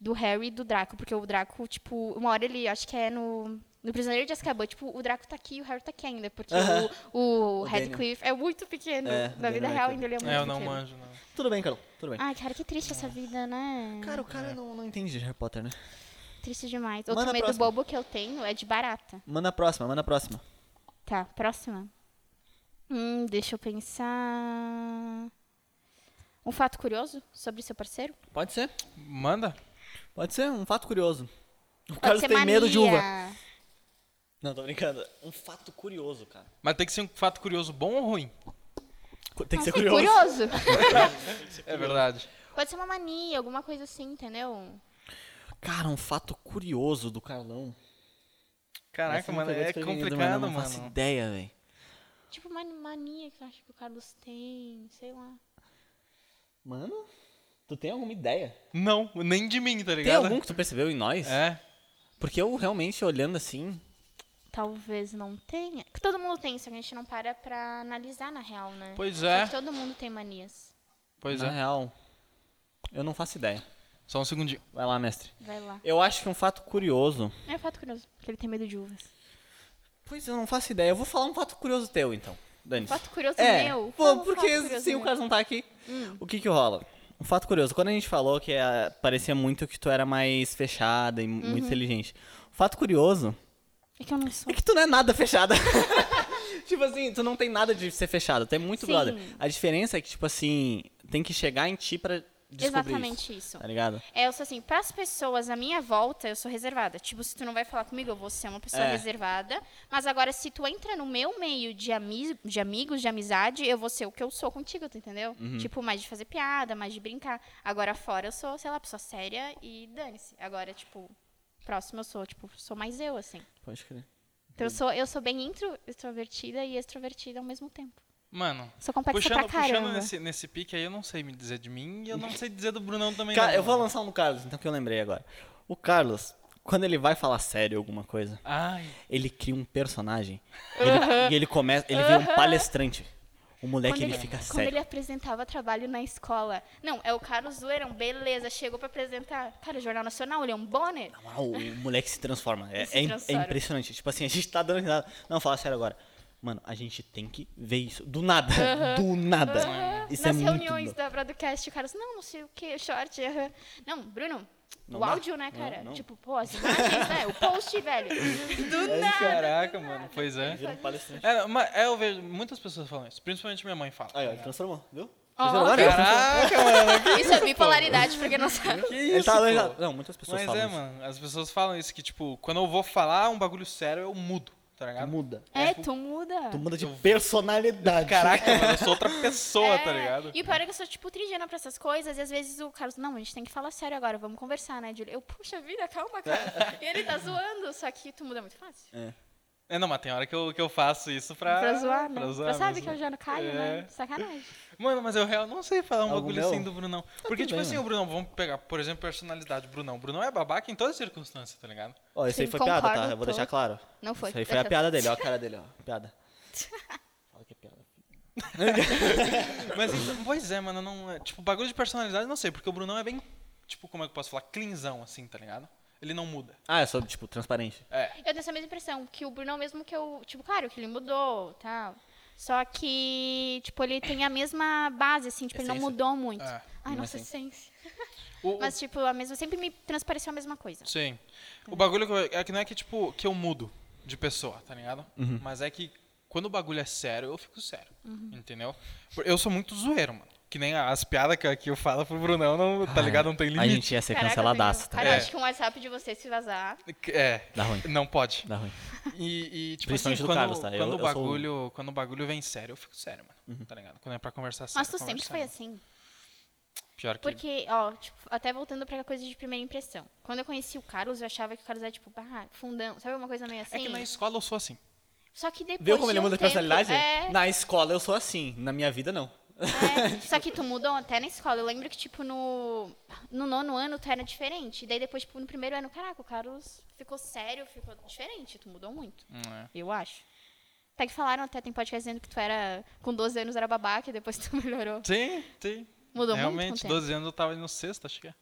S3: Do Harry e do Draco, porque o Draco, tipo, uma hora ele, acho que é no. No Prisioneiro de Azkaban, tipo, o Draco tá aqui e o Harry tá aqui ainda, porque
S2: Aham.
S3: o, o,
S2: O
S3: Radcliffe é muito pequeno.
S2: É, o
S3: Na
S2: Daniel
S3: vida real
S2: Radcliffe.
S3: ainda ele é muito
S1: É, eu não
S3: pequeno.
S1: manjo, não.
S2: Tudo bem, Carol, tudo bem.
S3: Ai, cara, que triste essa vida, né?
S2: Cara, o cara não, não entende de Harry Potter, né?
S3: Triste demais. Outro
S2: Manda a
S3: medo
S2: próxima.
S3: bobo que eu tenho é de barata.
S2: Manda a próxima, manda a próxima.
S3: Tá, próxima. Hum, deixa eu pensar. Um fato curioso sobre seu parceiro?
S2: Pode ser?
S1: Manda?
S2: Pode ser, um fato curioso. O
S3: Pode
S2: Carlos
S3: ser
S2: tem medo de uva.
S3: mania.
S2: Não, tô brincando. Um fato curioso, cara.
S1: Mas tem que ser um fato curioso bom ou ruim?
S2: Cu- Tem que ser
S3: Pode ser
S2: curioso.
S3: curioso.
S1: É verdade.
S3: Pode ser uma mania, alguma coisa assim, entendeu?
S2: Cara, um fato curioso do Carlão. Essa
S1: Caraca,
S2: não
S1: mano,
S2: pegou
S1: é
S2: desprevenido,
S1: complicado,
S2: Não
S1: mano.
S2: faço ideia, velho.
S3: Tipo, uma mania que eu acho que o Carlos tem, sei lá.
S2: Mano, tu tem alguma ideia?
S1: Não, nem de mim, tá
S2: Tem
S1: ligado?
S2: algum que tu percebeu em nós?
S1: É.
S2: Porque eu realmente olhando assim.
S3: Talvez não tenha. Que todo mundo tem, só que a gente não para pra analisar, na real, né?
S1: Pois
S3: Só
S1: é.
S3: que todo mundo tem manias.
S1: Pois
S2: na
S1: é.
S2: real, eu não faço ideia.
S1: Só um segundinho.
S2: Vai lá, mestre.
S3: Vai lá.
S2: Eu acho que um fato curioso.
S3: É fato curioso, porque ele tem medo de uvas.
S2: Pois eu não faço ideia. Eu vou falar um fato curioso teu, então. Dani.
S3: Fato curioso
S2: é,
S3: meu?
S2: pô,
S3: Fala um fato
S2: porque
S3: curioso
S2: se o
S3: meu. Hum.
S2: Carlos não tá aqui, o que que rola? Um fato curioso. Quando a gente falou que ah, parecia muito que tu era mais fechada e
S3: Uhum.
S2: muito inteligente. Um fato curioso
S3: É que eu não
S2: É
S3: sou.
S2: que tu não é nada fechada. tipo assim, tu não tem nada de ser fechado. Tu é muito
S3: Sim.
S2: brother. A diferença é que, tipo assim, tem que chegar em ti pra descobrir isso.
S3: Exatamente isso.
S2: Tá ligado?
S3: É, eu sou assim, pras pessoas à minha volta, eu sou reservada. Tipo, se tu não vai falar comigo, eu vou ser uma pessoa
S2: É.
S3: reservada. Mas agora, se tu entra no meu meio de, ami de amigos, de amizade, eu vou ser o que eu sou contigo, tu entendeu?
S1: Uhum.
S3: Tipo, mais de fazer piada, mais de brincar. Agora, fora, eu sou, sei lá, pessoa séria e dane-se. Agora, tipo, próximo eu sou, tipo, sou mais eu, assim.
S2: Pode crer.
S3: Então, eu
S1: Uhum.
S3: sou, eu sou bem intro, extrovertida e extrovertida ao mesmo tempo.
S1: Mano,
S3: Sou complexa
S1: puxando,
S3: pra caramba.
S1: puxando nesse, nesse pique aí, eu não sei me dizer de mim e eu não sei dizer do Brunão também.
S2: Cara,
S1: não, né?
S2: eu vou
S1: mano.
S2: lançar um no Carlos, então que eu lembrei agora. O Carlos, quando ele vai falar sério alguma coisa,
S1: Ai,
S2: ele cria um personagem. Ele- E ele começa. Ele vira um palestrante. O moleque, É ele, fica
S3: quando
S2: sério.
S3: ele apresentava trabalho na escola. Não, é o Carlos Zoeirão, beleza, chegou pra apresentar. Cara, Jornal Nacional, ele é um bonner.
S2: Uau, o moleque se transforma. É,
S3: se
S2: é im- é
S3: transforma.
S2: impressionante. Tipo assim, a gente tá dando risada. Não, fala sério agora. Mano, a gente tem que ver isso. Do nada. Do nada.
S3: Aham.
S2: Isso
S3: Nas
S2: é muito
S3: reuniões
S2: louco.
S3: da Broadcast, o Carlos, não, não sei o que, short, aham. Não, Bruno,
S2: Não
S3: o
S2: dá.
S3: áudio, né, cara?
S2: Não, não.
S3: Tipo, pô, as imagens, né? O post, velho. Do
S2: Ai,
S3: nada.
S1: Caraca,
S3: do
S1: mano.
S3: nada.
S1: Pois é.
S2: Vira um palestrante.
S1: É, mas é, eu vejo muitas pessoas falam isso. Principalmente minha mãe fala.
S2: Aí, ó, então, ele transformou, viu?
S3: Ó,
S2: Vocês olharam?
S1: Caraca, mano. que
S3: Isso é bipolaridade, pra quem não sabe.
S1: Que
S2: Ele
S1: isso,
S2: tá
S1: pô?
S2: aleijado. Não, muitas pessoas
S1: Mas
S2: falam
S1: é,
S2: isso.
S1: mano. As pessoas falam isso que, tipo, quando eu vou falar um bagulho sério, eu mudo, tá ligado?
S2: Muda.
S3: É, tu muda.
S2: Tu muda de
S1: Eu-
S2: personalidade.
S1: Caraca, mano, eu sou outra pessoa,
S3: É,
S1: tá ligado?
S3: E o pior é que eu sou, tipo, trigena pra essas coisas. E às vezes o Carlos, não, a gente tem que falar sério agora, vamos conversar, né, Júlio? Eu, puxa vida, calma, cara. e ele tá zoando, só que tu muda muito fácil.
S1: É, não, mas tem hora que eu, que eu faço isso pra.
S3: pra zoar, né?
S1: Pra
S3: Pra,
S1: zoar.
S3: sabe
S1: mesmo.
S3: que eu já não caio,
S1: É.
S3: né? Sacanagem.
S1: Mano, mas eu real não sei falar um
S2: Algo
S1: bagulho
S2: meu? Tá
S1: assim do Brunão. Porque,
S2: tudo
S1: tipo
S2: bem, né?
S1: assim,
S2: mano.
S1: o Brunão, vamos pegar, por exemplo, personalidade. Brunão. Brunão é babaca em todas as circunstâncias, tá ligado?
S2: Ó, isso aí
S3: Sim,
S2: foi piada, tá?
S3: concordo,
S2: Eu vou
S3: tô.
S2: deixar claro.
S3: Não foi.
S2: Isso aí foi a
S3: Deixa-
S2: piada dele, ó a cara dele, ó. Piada. Fala que é piada.
S1: Mas, então, pois é, mano, não. é- Tipo, bagulho de personalidade, não sei, porque o Brunão é bem, tipo, como é que eu posso falar? Clinzão, assim, tá ligado? Ele não muda.
S2: Ah, é só, tipo, transparente.
S1: É.
S3: Eu tenho essa mesma impressão, que o Brunão, mesmo que eu. Tipo, claro, que ele mudou tal. Só que, tipo, ele tem a mesma base, assim, tipo, ele não
S2: Essência.
S3: mudou muito.
S1: É.
S3: Ai,
S2: Não é
S3: nossa
S2: assim.
S3: essência.
S1: O- o-
S3: Mas, tipo, a mesma, sempre me transpareceu a mesma coisa.
S1: Sim. O bagulho que eu- é que não é que, tipo, que eu mudo de pessoa, tá ligado?
S2: Uhum.
S1: Mas é que quando o bagulho é sério, eu fico sério.
S3: Uhum.
S1: Entendeu? Por- Eu sou muito zoeiro, mano. Que nem a- as piadas que, que eu falo pro Brunão, não, tá ligado? Não tem
S2: Ah, é. A
S1: limite.
S2: gente ia ser
S3: Caraca,
S2: canceladaço,
S3: Daniel.
S2: tá?
S3: Cara,
S1: ligado?
S3: acho que um WhatsApp de você se vazar.
S1: É.
S2: Dá ruim.
S1: Não pode.
S2: Dá ruim.
S1: E, e, tipo
S2: Principalmente
S1: assim,
S2: do
S1: quando,
S2: Carlos, tá? Eu-
S1: quando,
S2: eu
S1: o
S2: sou- Uhum.
S1: bagulho, quando o bagulho vem sério, eu fico sério, mano. Tá ligado? Quando é pra conversar sério.
S3: Mas tu sempre
S1: conversa
S3: foi
S1: sério.
S3: assim.
S1: Pior que.
S3: Porque, ó, tipo, até voltando pra coisa de primeira impressão. Quando eu conheci o Carlos, eu achava que o Carlos era, tipo, bah, fundão. Sabe uma coisa meio assim?
S1: É que na escola eu sou assim.
S3: Só que depois.
S2: Viu como ele
S3: de um
S2: muda de
S3: tempo-
S2: personalidade?
S3: É,
S2: Na escola eu sou assim, na minha vida não.
S3: É, só que tu mudou até na escola. Eu lembro que, tipo, no, no nono ano tu era diferente. E daí depois, tipo, no primeiro ano, caraca, o Carlos ficou sério, ficou diferente. Tu mudou muito,
S1: Hum, é.
S3: eu acho. Até que falaram, até tem podcast dizendo que tu era, com 12 anos era babaca e depois tu melhorou.
S1: Sim, sim.
S3: Mudou muito
S1: Realmente,
S3: com o tempo.
S1: 12 anos eu tava ali no sexto, acho que é.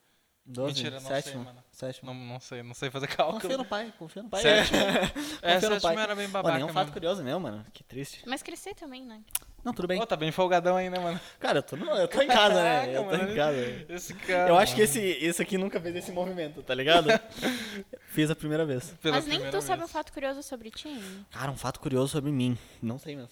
S2: Doze,
S1: Mentira, não sei,
S2: sétimo,
S1: mano.
S2: sétimo.
S1: Não, não sei, não sei fazer cálculo.
S2: Confia no pai, confia no pai.
S1: Sétimo. É,
S2: Confia no
S1: sétimo
S2: pai.
S1: era bem
S2: Mano,
S1: babaca.
S2: é um fato
S1: mesmo.
S2: curioso meu, mano. Que triste.
S3: Mas crescer também, né?
S2: Não, tudo bem.
S1: Ô, tá bem folgadão aí, né, mano?
S2: Cara, eu tô, no- eu tô em casa, né? Eu tô
S1: Caraca,
S2: em casa.
S1: Esse cara.
S2: Eu acho que esse, esse aqui nunca fez esse movimento, tá ligado? Fiz a primeira vez.
S1: Pela
S3: Mas nem tu
S1: primeira
S3: sabe um
S1: vez.
S3: fato curioso sobre ti.
S2: Cara, um fato curioso sobre mim. Não sei mesmo.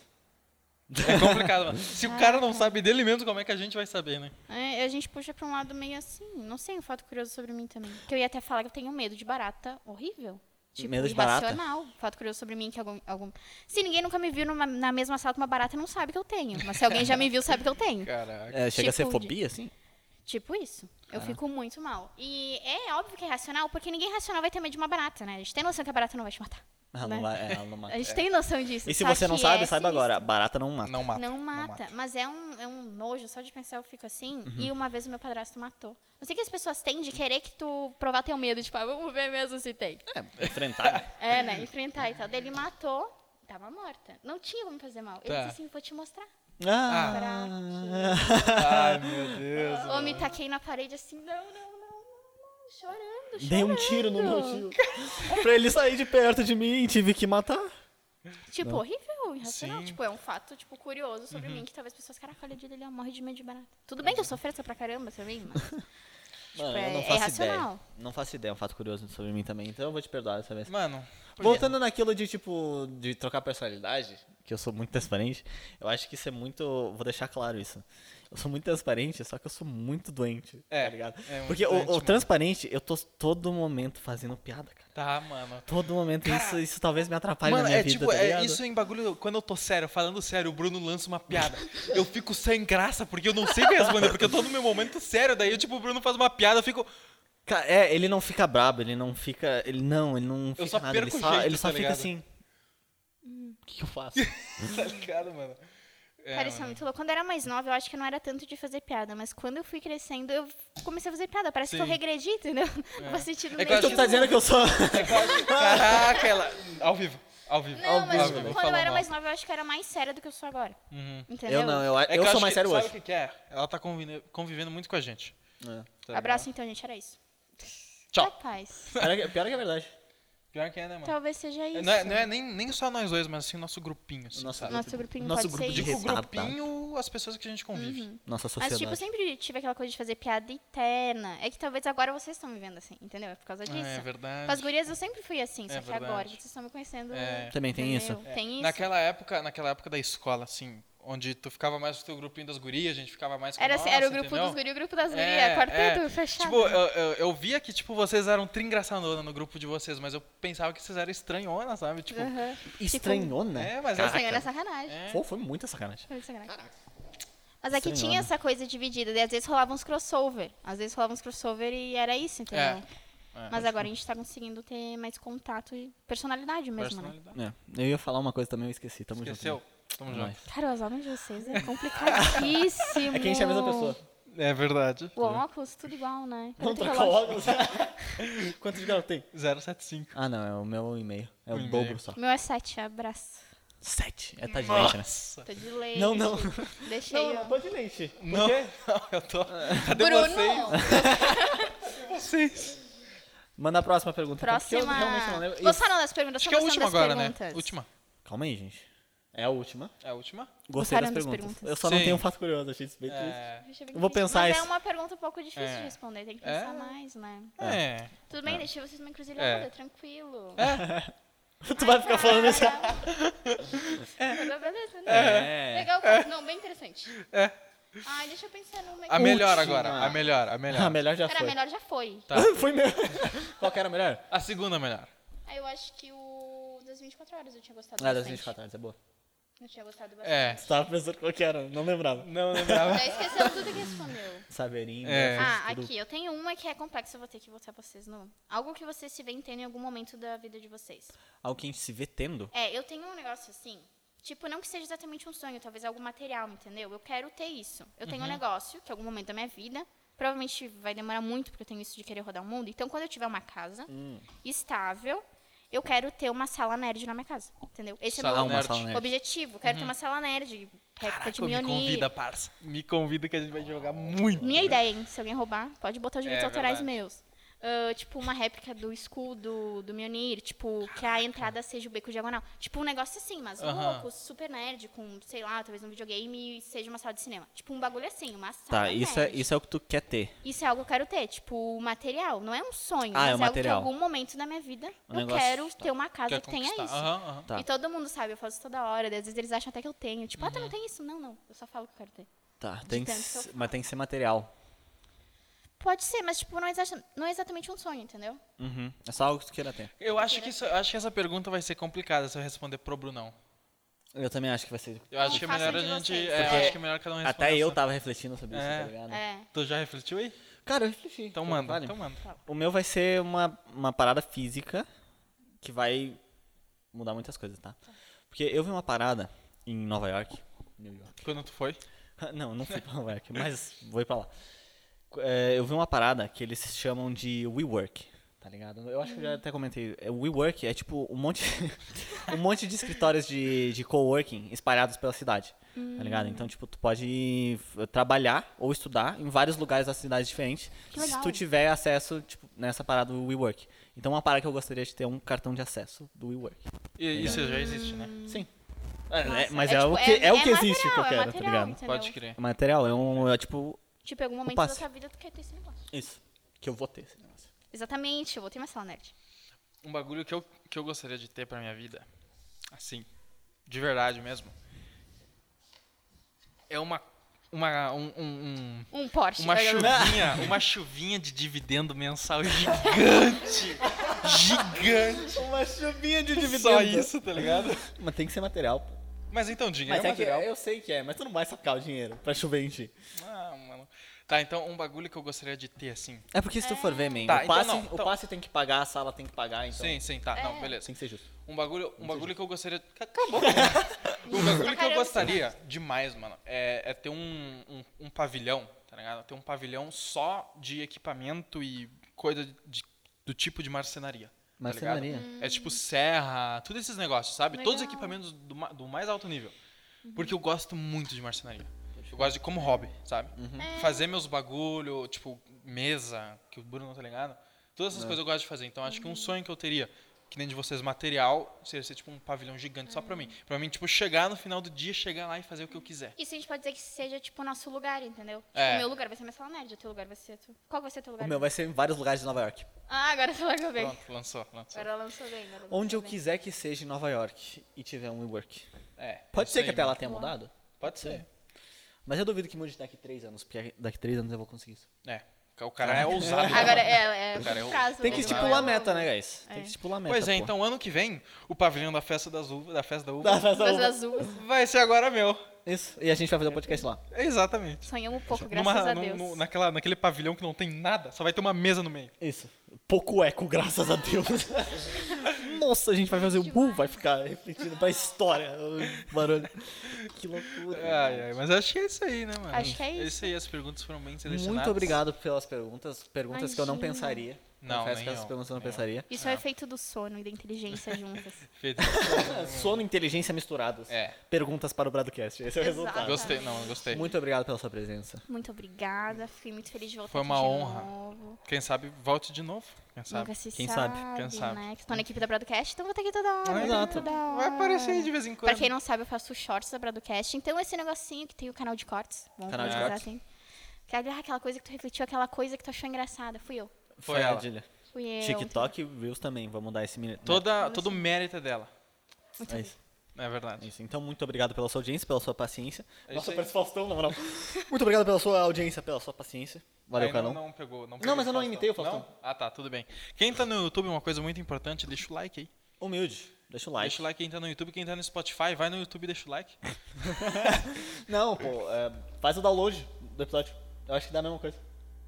S1: É complicado, mano. Se o cara não sabe dele mesmo, como é que a gente vai saber, né?
S3: É, a gente puxa pra um lado meio assim. Não sei, um fato curioso sobre mim também. Que eu ia até falar que eu tenho medo de barata horrível. Tipo,
S2: Medo de barata?
S3: irracional. Fato curioso sobre mim que algum, algum... Se ninguém nunca me viu numa- na mesma sala com uma barata, não sabe que eu tenho. Mas se alguém já me viu, sabe que eu tenho.
S1: Caraca.
S2: É, chega a ser
S3: Tipo de-
S2: fobia, assim?
S3: Tipo isso.
S2: Ah.
S3: Eu fico muito mal. E é óbvio que é irracional, porque ninguém racional vai ter medo de uma barata, né? A gente tem noção que a barata não vai te matar.
S2: Ela não
S3: Né?
S2: vai, é, ela não mata.
S3: A gente tem noção disso.
S2: E se
S3: só
S2: você não
S3: que
S2: sabe,
S3: é
S2: saiba
S3: sinistro.
S2: agora. Barata É, não mata.
S1: Não mata.
S3: Não mata, mas é um, é um nojo, só de pensar eu fico assim. E uma vez o meu padrasto matou. Não sei o que as pessoas têm de querer que tu provar teu medo, tipo, ah, vamos ver mesmo se tem.
S2: É, enfrentar.
S3: É, né? Enfrentar e tal. Daí ele matou, tava morta. Não tinha como fazer mal. Ele
S1: Tá.
S3: disse assim, vou te mostrar.
S2: Ah.
S3: Pra
S1: Ai, meu Deus.
S3: que... Ou me taquei na parede assim, não, não, não, não, não, chorando, chorando.
S2: Dei um tiro no meu tio. pra ele sair de perto de mim, tive que matar.
S3: Tipo, horrível, irracional.
S1: Sim.
S3: Tipo, é um fato, tipo, curioso sobre mim, que talvez as pessoas, caraca, olha o dia dele, ela morre de medo de barata. Tudo bem que eu sou fresca pra caramba também, mas...
S2: Mano,
S3: é-
S2: eu não
S3: é
S2: faço
S3: irracional.
S2: ideia. Tipo, Não faço ideia, é um fato curioso sobre mim também, então eu vou te perdoar dessa vez.
S1: Mano.
S2: Voltando naquilo de, tipo, de trocar personalidade, que eu sou muito transparente, eu acho que isso é muito. Vou deixar claro isso. Eu sou muito transparente, só que eu sou muito doente.
S1: É,
S2: tá ligado?
S1: é muito
S2: Porque o-
S1: doente,
S2: o,
S1: mano.
S2: transparente, eu tô todo momento fazendo piada, cara.
S1: Tá, mano.
S2: Todo momento, isso, isso talvez me atrapalhe
S1: Mano,
S2: na minha
S1: é
S2: vida,
S1: tipo,
S2: tá
S1: é
S2: ligado?
S1: isso em bagulho. Quando eu tô sério, falando sério, o Bruno lança uma piada. Eu fico sem graça, porque eu não sei o que responder, porque eu tô no meu momento sério. Daí, tipo, o Bruno faz uma piada, eu fico.
S2: Cara, é, ele não fica brabo, ele não fica. Ele não, ele não fica
S1: só
S2: nada,
S1: perco
S2: ele
S1: o
S2: só,
S1: jeito,
S2: ele só
S1: tá
S2: fica
S1: ligado?
S2: assim. "Hum, O que, que eu faço?
S1: Tá ligado, mano? É,
S3: Cara, isso é
S1: mano.
S3: muito louco. Quando eu era mais nova, eu acho que não era tanto de fazer piada, mas quando eu fui crescendo, eu comecei a fazer piada. Parece que eu
S1: Sim.
S3: regredi, entendeu? Não faz sentido
S1: É que eu
S3: nenhum.
S1: acho
S2: tu tá dizendo que eu sou.
S1: Caraca, ela. Ao vivo. Ao vivo.
S3: Não,
S1: ao
S3: mas
S1: vivo.
S3: tipo, quando
S1: Falou
S3: eu era
S1: mal.
S3: mais nova, eu acho que eu era mais séria do que eu sou agora.
S1: Uhum.
S3: Entendeu?
S2: Eu não, eu,
S1: É que
S2: eu
S1: acho
S2: sou mais
S1: que-
S2: sério
S1: sabe
S2: hoje.
S1: o que, que é? Ela tá convivendo, convivendo muito com a gente.
S2: É.
S1: tá ligado?
S3: Abraço então, gente, era isso.
S1: Tchau.
S3: Rapaz.
S2: Pior, que, pior que é verdade.
S1: Pior que é, né, mano?
S3: Talvez seja isso.
S1: Não é, não é nem, nem só nós dois, mas assim, o nosso grupinho. Assim,
S2: Nosso
S1: sabe?
S2: grupo.
S3: Nosso grupinho
S2: Nosso
S3: pode
S2: grupo
S3: ser
S2: de
S1: Digo
S3: isso.
S2: risco. Exato.
S1: grupinho, as pessoas que a gente convive.
S2: Nossa
S3: Mas,
S2: sociedade.
S3: tipo, sempre tive aquela coisa de fazer piada eterna. É que talvez agora vocês estão me vendo assim, entendeu? É por causa disso.
S1: Ah, é
S3: Com as
S1: verdade.
S3: gurias eu sempre fui assim, só
S1: É
S3: que agora
S1: verdade.
S3: vocês estão me conhecendo.
S1: É.
S2: Também tem
S3: entendeu?
S2: isso.
S3: Tem isso.
S1: Naquela época, naquela época da escola, assim, onde tu ficava mais com o teu grupinho das gurias, a gente ficava mais com
S3: Era,
S1: nós,
S3: assim, era o grupo
S1: entendeu?
S3: dos gurias e o grupo das gurias.
S1: É,
S3: quarteto,
S1: é.
S3: fechado.
S1: Tipo, eu, eu, eu via que, tipo, vocês eram tringraçadona no grupo de vocês, mas eu pensava que vocês eram estranhona, sabe? Tipo,
S3: Aham.
S2: Estranhou, né?
S1: é, mas
S3: Tipo,
S1: essa...
S3: Estranho era sacanagem.
S1: É.
S2: Pô, foi muita sacanagem.
S3: Foi sacanagem. Mas aqui
S2: Estranhou,
S3: tinha
S2: né?
S3: essa coisa dividida, daí às vezes rolava uns crossover. Às vezes rolava uns crossover e era isso, entendeu?
S1: É,
S3: Mas agora a gente tá conseguindo ter mais contato e personalidade mesmo, né?
S1: personalidade.
S2: É, eu ia falar uma coisa também, eu esqueci. Tamo
S1: Esqueceu?
S2: junto.
S1: Tamo
S2: né?
S1: junto.
S2: Nós.
S3: Cara, os homens de vocês é complicadíssimo.
S2: É que a gente é a mesma pessoa. tá
S1: É verdade.
S3: O óculos, tudo igual, né?
S2: Vamos
S3: Tem
S2: trocar o
S3: relógio.
S2: óculos? Quanto de grau tem?
S1: 075.
S2: Ah, não, é o meu e-mail. É
S1: Um
S2: o
S1: e-mail.
S2: dobro só.
S3: Meu é 7, abraço.
S2: Sete.
S3: Hum.
S2: É tá de leite, né?
S3: Tô de leite.
S2: Não, não.
S3: Deixei.
S2: Não,
S3: ó.
S2: não tô de leite. Por
S1: Não,
S2: quê?
S1: não, eu tô. Cadê
S3: Bruno!
S1: vocês?
S2: Manda a próxima pergunta. então, porque eu
S3: Próxima.
S2: realmente não lembro. Isso.
S3: Gostaram das perguntas?
S1: Acho
S3: Tô
S1: que é a
S3: gostando
S1: última
S3: das
S1: agora, né?
S3: perguntas.
S1: Última.
S2: Calma aí, gente. É a última.
S1: É a última?
S2: Gostei das
S3: Gostaram das
S2: perguntas.
S3: perguntas?
S2: Eu só não
S1: Sim.
S2: tenho um fato curioso, achei isso bem triste.
S1: É.
S3: Deixa ver
S2: Eu vou
S3: aqui.
S2: pensar
S3: Mas
S2: isso.
S3: é uma pergunta um pouco difícil
S1: É.
S3: de responder, tem que
S1: É.
S3: pensar mais, né?
S1: É.
S3: Tudo bem, deixei vocês numa encruzilhada, tranquilo.
S2: É,
S3: É.
S2: tu vai ficar falando isso.
S3: Tudo beleza, né?
S2: É.
S3: Legal, cara. não, bem interessante.
S1: É.
S3: Ai, deixa eu pensar numa
S1: A melhor agora.
S2: Última.
S1: A melhor, a
S2: A
S1: melhor.
S2: Ah, melhor já
S3: Cara, a
S2: foi.
S3: melhor já foi.
S1: Tá.
S2: foi mesmo. Qual que era a melhor?
S1: A segunda melhor.
S3: Aí eu acho que o das 24 horas eu tinha gostado
S2: Ah, das
S3: bastante.
S2: 24 horas, é boa.
S3: Eu tinha gostado bastante.
S1: É.
S2: Tu tava pensando qual que era, não lembrava.
S1: Não lembrava.
S3: Já esqueceu tudo que respondeu.
S2: Saverinho,
S1: É.
S3: Ah,
S2: tudo.
S3: aqui, eu tenho uma que é complexa, eu vou ter que botar vocês no. Algo que vocês se vêem tendo em algum momento da vida de vocês.
S2: Alguém se vê tendo?
S3: É, eu tenho um negócio assim. Tipo, não que seja exatamente um sonho, talvez algo material, entendeu? Eu quero ter isso. Eu tenho um
S1: Uhum.
S3: negócio que em algum momento da minha vida, provavelmente vai demorar muito, porque eu tenho isso de querer rodar o mundo. Então, quando eu tiver uma casa
S1: Hum.
S3: estável, eu quero ter uma sala nerd na minha casa, entendeu? Esse
S1: Sala
S2: Ah,
S3: é o
S2: uma
S3: meu
S1: nerd. Uhum.
S2: sala nerd.
S3: objetivo. Quero ter uma sala nerd, réplica de
S1: me
S3: Mionir.
S1: convida, parça. Me convida que a gente vai jogar muito.
S2: Né?
S3: Minha ideia, hein? Se alguém roubar, pode botar os direitos
S1: É,
S3: autorais
S1: verdade.
S3: meus. Ah, tipo, uma réplica do escudo do Mionir, tipo, que a entrada seja o beco diagonal. Tipo, um negócio assim, mas
S1: Aham.
S3: louco, super nerd, com, sei lá, talvez um videogame e seja uma sala de cinema. Tipo, um bagulho assim, uma sala.
S2: Tá, isso é,
S3: nerd.
S2: isso é o que tu quer ter.
S3: Isso é algo que eu quero ter, tipo, material. Não é um sonho,
S2: Ah, é
S3: mas
S2: um
S3: é, algo que em
S2: material.
S3: algum momento da minha vida
S2: Um
S3: eu
S2: negócio-
S3: quero ter uma casa
S1: Quer
S3: que tenha
S1: conquistar.
S3: isso.
S1: Aham, aham.
S2: Tá.
S3: E todo mundo sabe, eu faço isso toda hora, às vezes eles acham até que eu tenho. Tipo, ah, tu não
S2: Uhum.
S3: tem isso? Não, não. Eu só falo que eu quero ter.
S2: Tá, tem que
S3: tanto que eu
S2: ser- mas tem que ser material.
S3: Pode ser, mas tipo, não é, exa- não é exatamente um sonho, entendeu?
S2: Uhum. É só algo que tu queira ter.
S1: Eu acho que, isso, eu acho que essa pergunta vai ser complicada se eu responder pro Brunão.
S2: Eu também acho que vai ser.
S1: Eu acho que é
S3: façam
S1: melhor a
S3: de
S1: gente.
S3: vocês.
S1: É, eu
S2: Porque
S1: acho que é melhor cada um responder.
S2: Até eu
S1: essa.
S2: tava refletindo sobre isso,
S1: É.
S2: tá ligado?
S3: É.
S1: Tu já refletiu aí?
S2: Cara, eu refleti.
S1: Então
S2: Vale.
S1: manda, então manda.
S2: O meu vai ser uma, uma parada física que vai mudar muitas coisas, tá? Porque eu vi uma parada em Nova York. New York.
S1: Quando tu foi?
S2: Não, não fui pra Nova York, mas vou ir pra lá. É, eu vi uma parada que eles chamam de WeWork, tá ligado? Eu acho que eu já até comentei. É, WeWork é tipo um monte, um monte de escritórios de, de coworking espalhados pela cidade, tá ligado? Então, tipo, tu pode f- trabalhar ou estudar em vários lugares da cidade diferentes
S3: Que
S2: se
S3: legal.
S2: tu tiver acesso, tipo, nessa parada do WeWork. Então, uma parada que eu gostaria de ter é um cartão de acesso do WeWork.
S1: E, isso já existe, né?
S2: Sim. É,
S3: Hum. Nossa,
S2: é- mas é,
S3: é
S2: o
S3: tipo,
S2: que,
S3: é-
S2: é o
S3: é
S2: que existe que eu
S3: material, é
S2: quero, tá
S3: material,
S2: ligado?
S3: entendeu?
S1: Pode crer.
S2: É material, é um. É tipo.
S3: Tipo, em algum momento
S2: passe.
S3: da tua vida tu quer ter esse negócio.
S2: Isso. Que eu vou ter esse negócio.
S3: Exatamente, eu vou ter uma sala nerd.
S1: Um bagulho que eu, que eu gostaria de ter pra minha vida, assim, de verdade mesmo, é uma. uma um- um- um
S3: Um Porsche.
S1: Uma
S3: tá ligado?
S1: chuvinha, uma chuvinha de dividendo mensal gigante. gigante.
S2: Uma chuvinha de
S1: Só isso, tá ligado?
S2: Mas tem que ser material. pô.
S1: Mas então, dinheiro
S2: Mas é,
S1: é
S2: que
S1: material.
S2: eu sei que é, mas tu não vai sacar o dinheiro pra chover em ti.
S1: Ah, mano. Tá, então um bagulho que eu gostaria de ter, assim.
S2: É porque se tu for ver, man,
S1: Tá,
S2: o,
S1: então
S2: passe,
S1: não,
S2: o
S1: então-
S2: passe tem que pagar, a sala tem que pagar, então.
S1: Sim, sim, tá. Não, beleza.
S2: Tem que ser justo.
S1: Um bagulho, um bagulho que eu gostaria. Acabou. um bagulho que eu
S3: Caramba,
S1: gostaria demais, mano, é, é ter um, um, um pavilhão, tá ligado? Ter um pavilhão só de equipamento e coisa de- do tipo de marcenaria. tá
S2: Marcenaria.
S1: ligado? É tipo serra, todos esses negócios, sabe? Todos os
S3: Hum. Legal. Uhum.
S1: equipamentos do, ma- do mais alto nível. Porque eu gosto muito de marcenaria. Eu gosto de como hobby, sabe?
S2: Uhum.
S3: É.
S1: Fazer meus bagulho,
S2: É.
S3: Uhum.
S1: tipo, mesa, que o Bruno não tá ligado. Todas essas coisas eu gosto de fazer. Então acho que um sonho que eu teria que nem de vocês, material, seria ser tipo um pavilhão gigante só pra
S3: Uhum.
S1: mim. Pra mim, tipo, chegar no final do dia, chegar lá e fazer o que eu quiser.
S3: Isso a gente pode dizer que seja, tipo, o nosso lugar, entendeu? Tipo,
S1: É.
S3: o meu lugar vai ser minha sala nerd, o teu lugar vai ser tu. Qual vai ser teu
S2: O
S3: lugar?
S2: meu vai ser em vários lugares de Nova York.
S3: Ah, agora você largou bem.
S1: Pronto, lançou, lançou.
S3: Agora lançou bem. agora lançou
S2: Onde eu
S3: bem.
S2: quiser que seja em Nova York e tiver um WeWork.
S1: É,
S2: Pode
S1: isso
S2: ser
S1: aí,
S2: que até lá
S1: mano.
S2: tenha mudado?
S1: Pode ser.
S2: Mas eu duvido que mude daqui três anos, porque daqui três anos eu vou conseguir isso.
S1: É. O cara é ousado. né,
S3: Agora
S1: mano?
S3: é, é
S1: Cara, eu-
S3: prazo,
S2: Tem que
S3: né?
S2: estipular a meta, né, guys?
S3: É.
S2: Tem que estipular a meta.
S1: Pois é,
S2: pô.
S1: então ano que vem, o pavilhão da festa das uvas, da festa da uva,
S2: Dá pra essa
S3: Mas
S2: uma-
S3: azul.
S1: vai ser agora meu.
S2: Isso. E a gente vai fazer o podcast lá.
S1: Exatamente.
S3: Sonhamos um pouco, graças
S1: Numa-
S3: a
S1: num-
S3: Deus.
S1: num- naquela, naquele pavilhão que não tem nada, só vai ter uma mesa no meio.
S2: Isso. Pouco eco, graças a Deus. Nossa, a gente vai fazer o bu, vai ficar repetindo pra história. o Barulho. Que loucura.
S1: Ai, ai, mas acho que é isso aí, né, mano?
S3: Acho que é isso.
S1: isso aí, as perguntas foram bem selecionadas.
S2: Muito obrigado pelas perguntas. Perguntas que eu não
S3: Imagina.
S2: pensaria.
S1: Não,
S2: Confesso
S1: nem
S2: que essas
S1: eu,
S2: perguntas eu não
S1: nem eu.
S2: pensaria.
S3: Isso é o efeito do sono e da inteligência juntas.
S1: Feito.
S2: Sono e inteligência misturadas.
S1: É.
S2: Perguntas para o Bradcast. Esse é o
S3: Exato.
S2: resultado.
S1: Gostei, não, gostei.
S2: Muito obrigado pela sua presença.
S3: Muito obrigada, fiquei muito feliz de voltar
S1: Foi uma
S3: aqui
S1: honra.
S3: de novo.
S1: Quem sabe volte de novo. Quem sabe?
S3: Nunca se
S2: Quem
S3: sabe,
S2: sabe,
S1: quem sabe.
S3: né? Que estou na equipe da Broadcast, então vou estar aqui toda hora.
S1: Ah,
S3: vou
S2: exato.
S3: estar aqui toda
S1: Vai
S3: hora.
S1: aparecer aí de vez em quando.
S3: Pra quem não sabe, eu faço shorts da Broadcast. Então, esse negocinho que tem o canal de cortes. Vamos
S2: Canal de
S3: pesquisar,
S2: cortes.
S3: tem. Que, ah, aquela coisa que tu refletiu, aquela coisa que tu achou engraçada. Fui eu.
S1: Foi ela.
S2: Adilha.
S3: Fui eu.
S2: TikTok e Reels também. Vamos dar esse minuto.
S1: Toda, todo o mérito é dela.
S3: Muito
S2: É
S3: bem.
S2: isso.
S1: É
S2: É
S1: verdade.
S2: isso. Então, muito obrigado pela sua audiência, pela sua paciência.
S1: É isso
S2: Nossa,
S1: aí.
S2: parece Faustão, na moral. Muito obrigado pela sua audiência, pela sua paciência. Valeu,
S1: Aí não,
S2: Carlão.
S1: não pegou, não
S2: mas eu não
S1: Faustão.
S2: imitei o Faustão.
S1: Não? Ah, tá, tudo bem. Quem tá no YouTube, uma coisa muito importante, deixa o like aí.
S2: Humilde. Deixa o like.
S1: Deixa o like quem tá no YouTube, quem tá no Spotify, vai no YouTube e deixa o like.
S2: Não, pô, é, faz o download do episódio. Eu acho que dá a mesma coisa.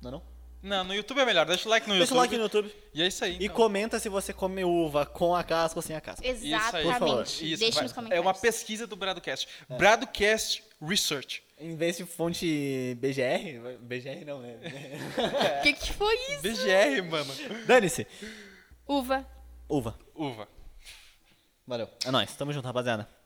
S2: Não é não?
S1: Não, no YouTube é melhor, deixa o like no
S2: Deixa o
S1: YouTube.
S2: like no YouTube.
S1: E é isso aí.
S2: E
S1: então.
S2: comenta se você come uva com a casca ou sem a casca.
S1: Isso aí.
S2: Por favor. É.
S3: Exatamente.
S1: Isso,
S3: Deixa
S1: vai.
S3: nos
S1: É
S3: comentários.
S1: uma pesquisa do Bradocast. Bradocast Research.
S2: Em vez de fonte BGR, vai- BGR não, né?
S3: O que, que foi isso?
S1: BGR, mano.
S2: Dane-se.
S3: Uva.
S2: Uva.
S1: Uva.
S2: Valeu. É nóis. Tamo junto, rapaziada.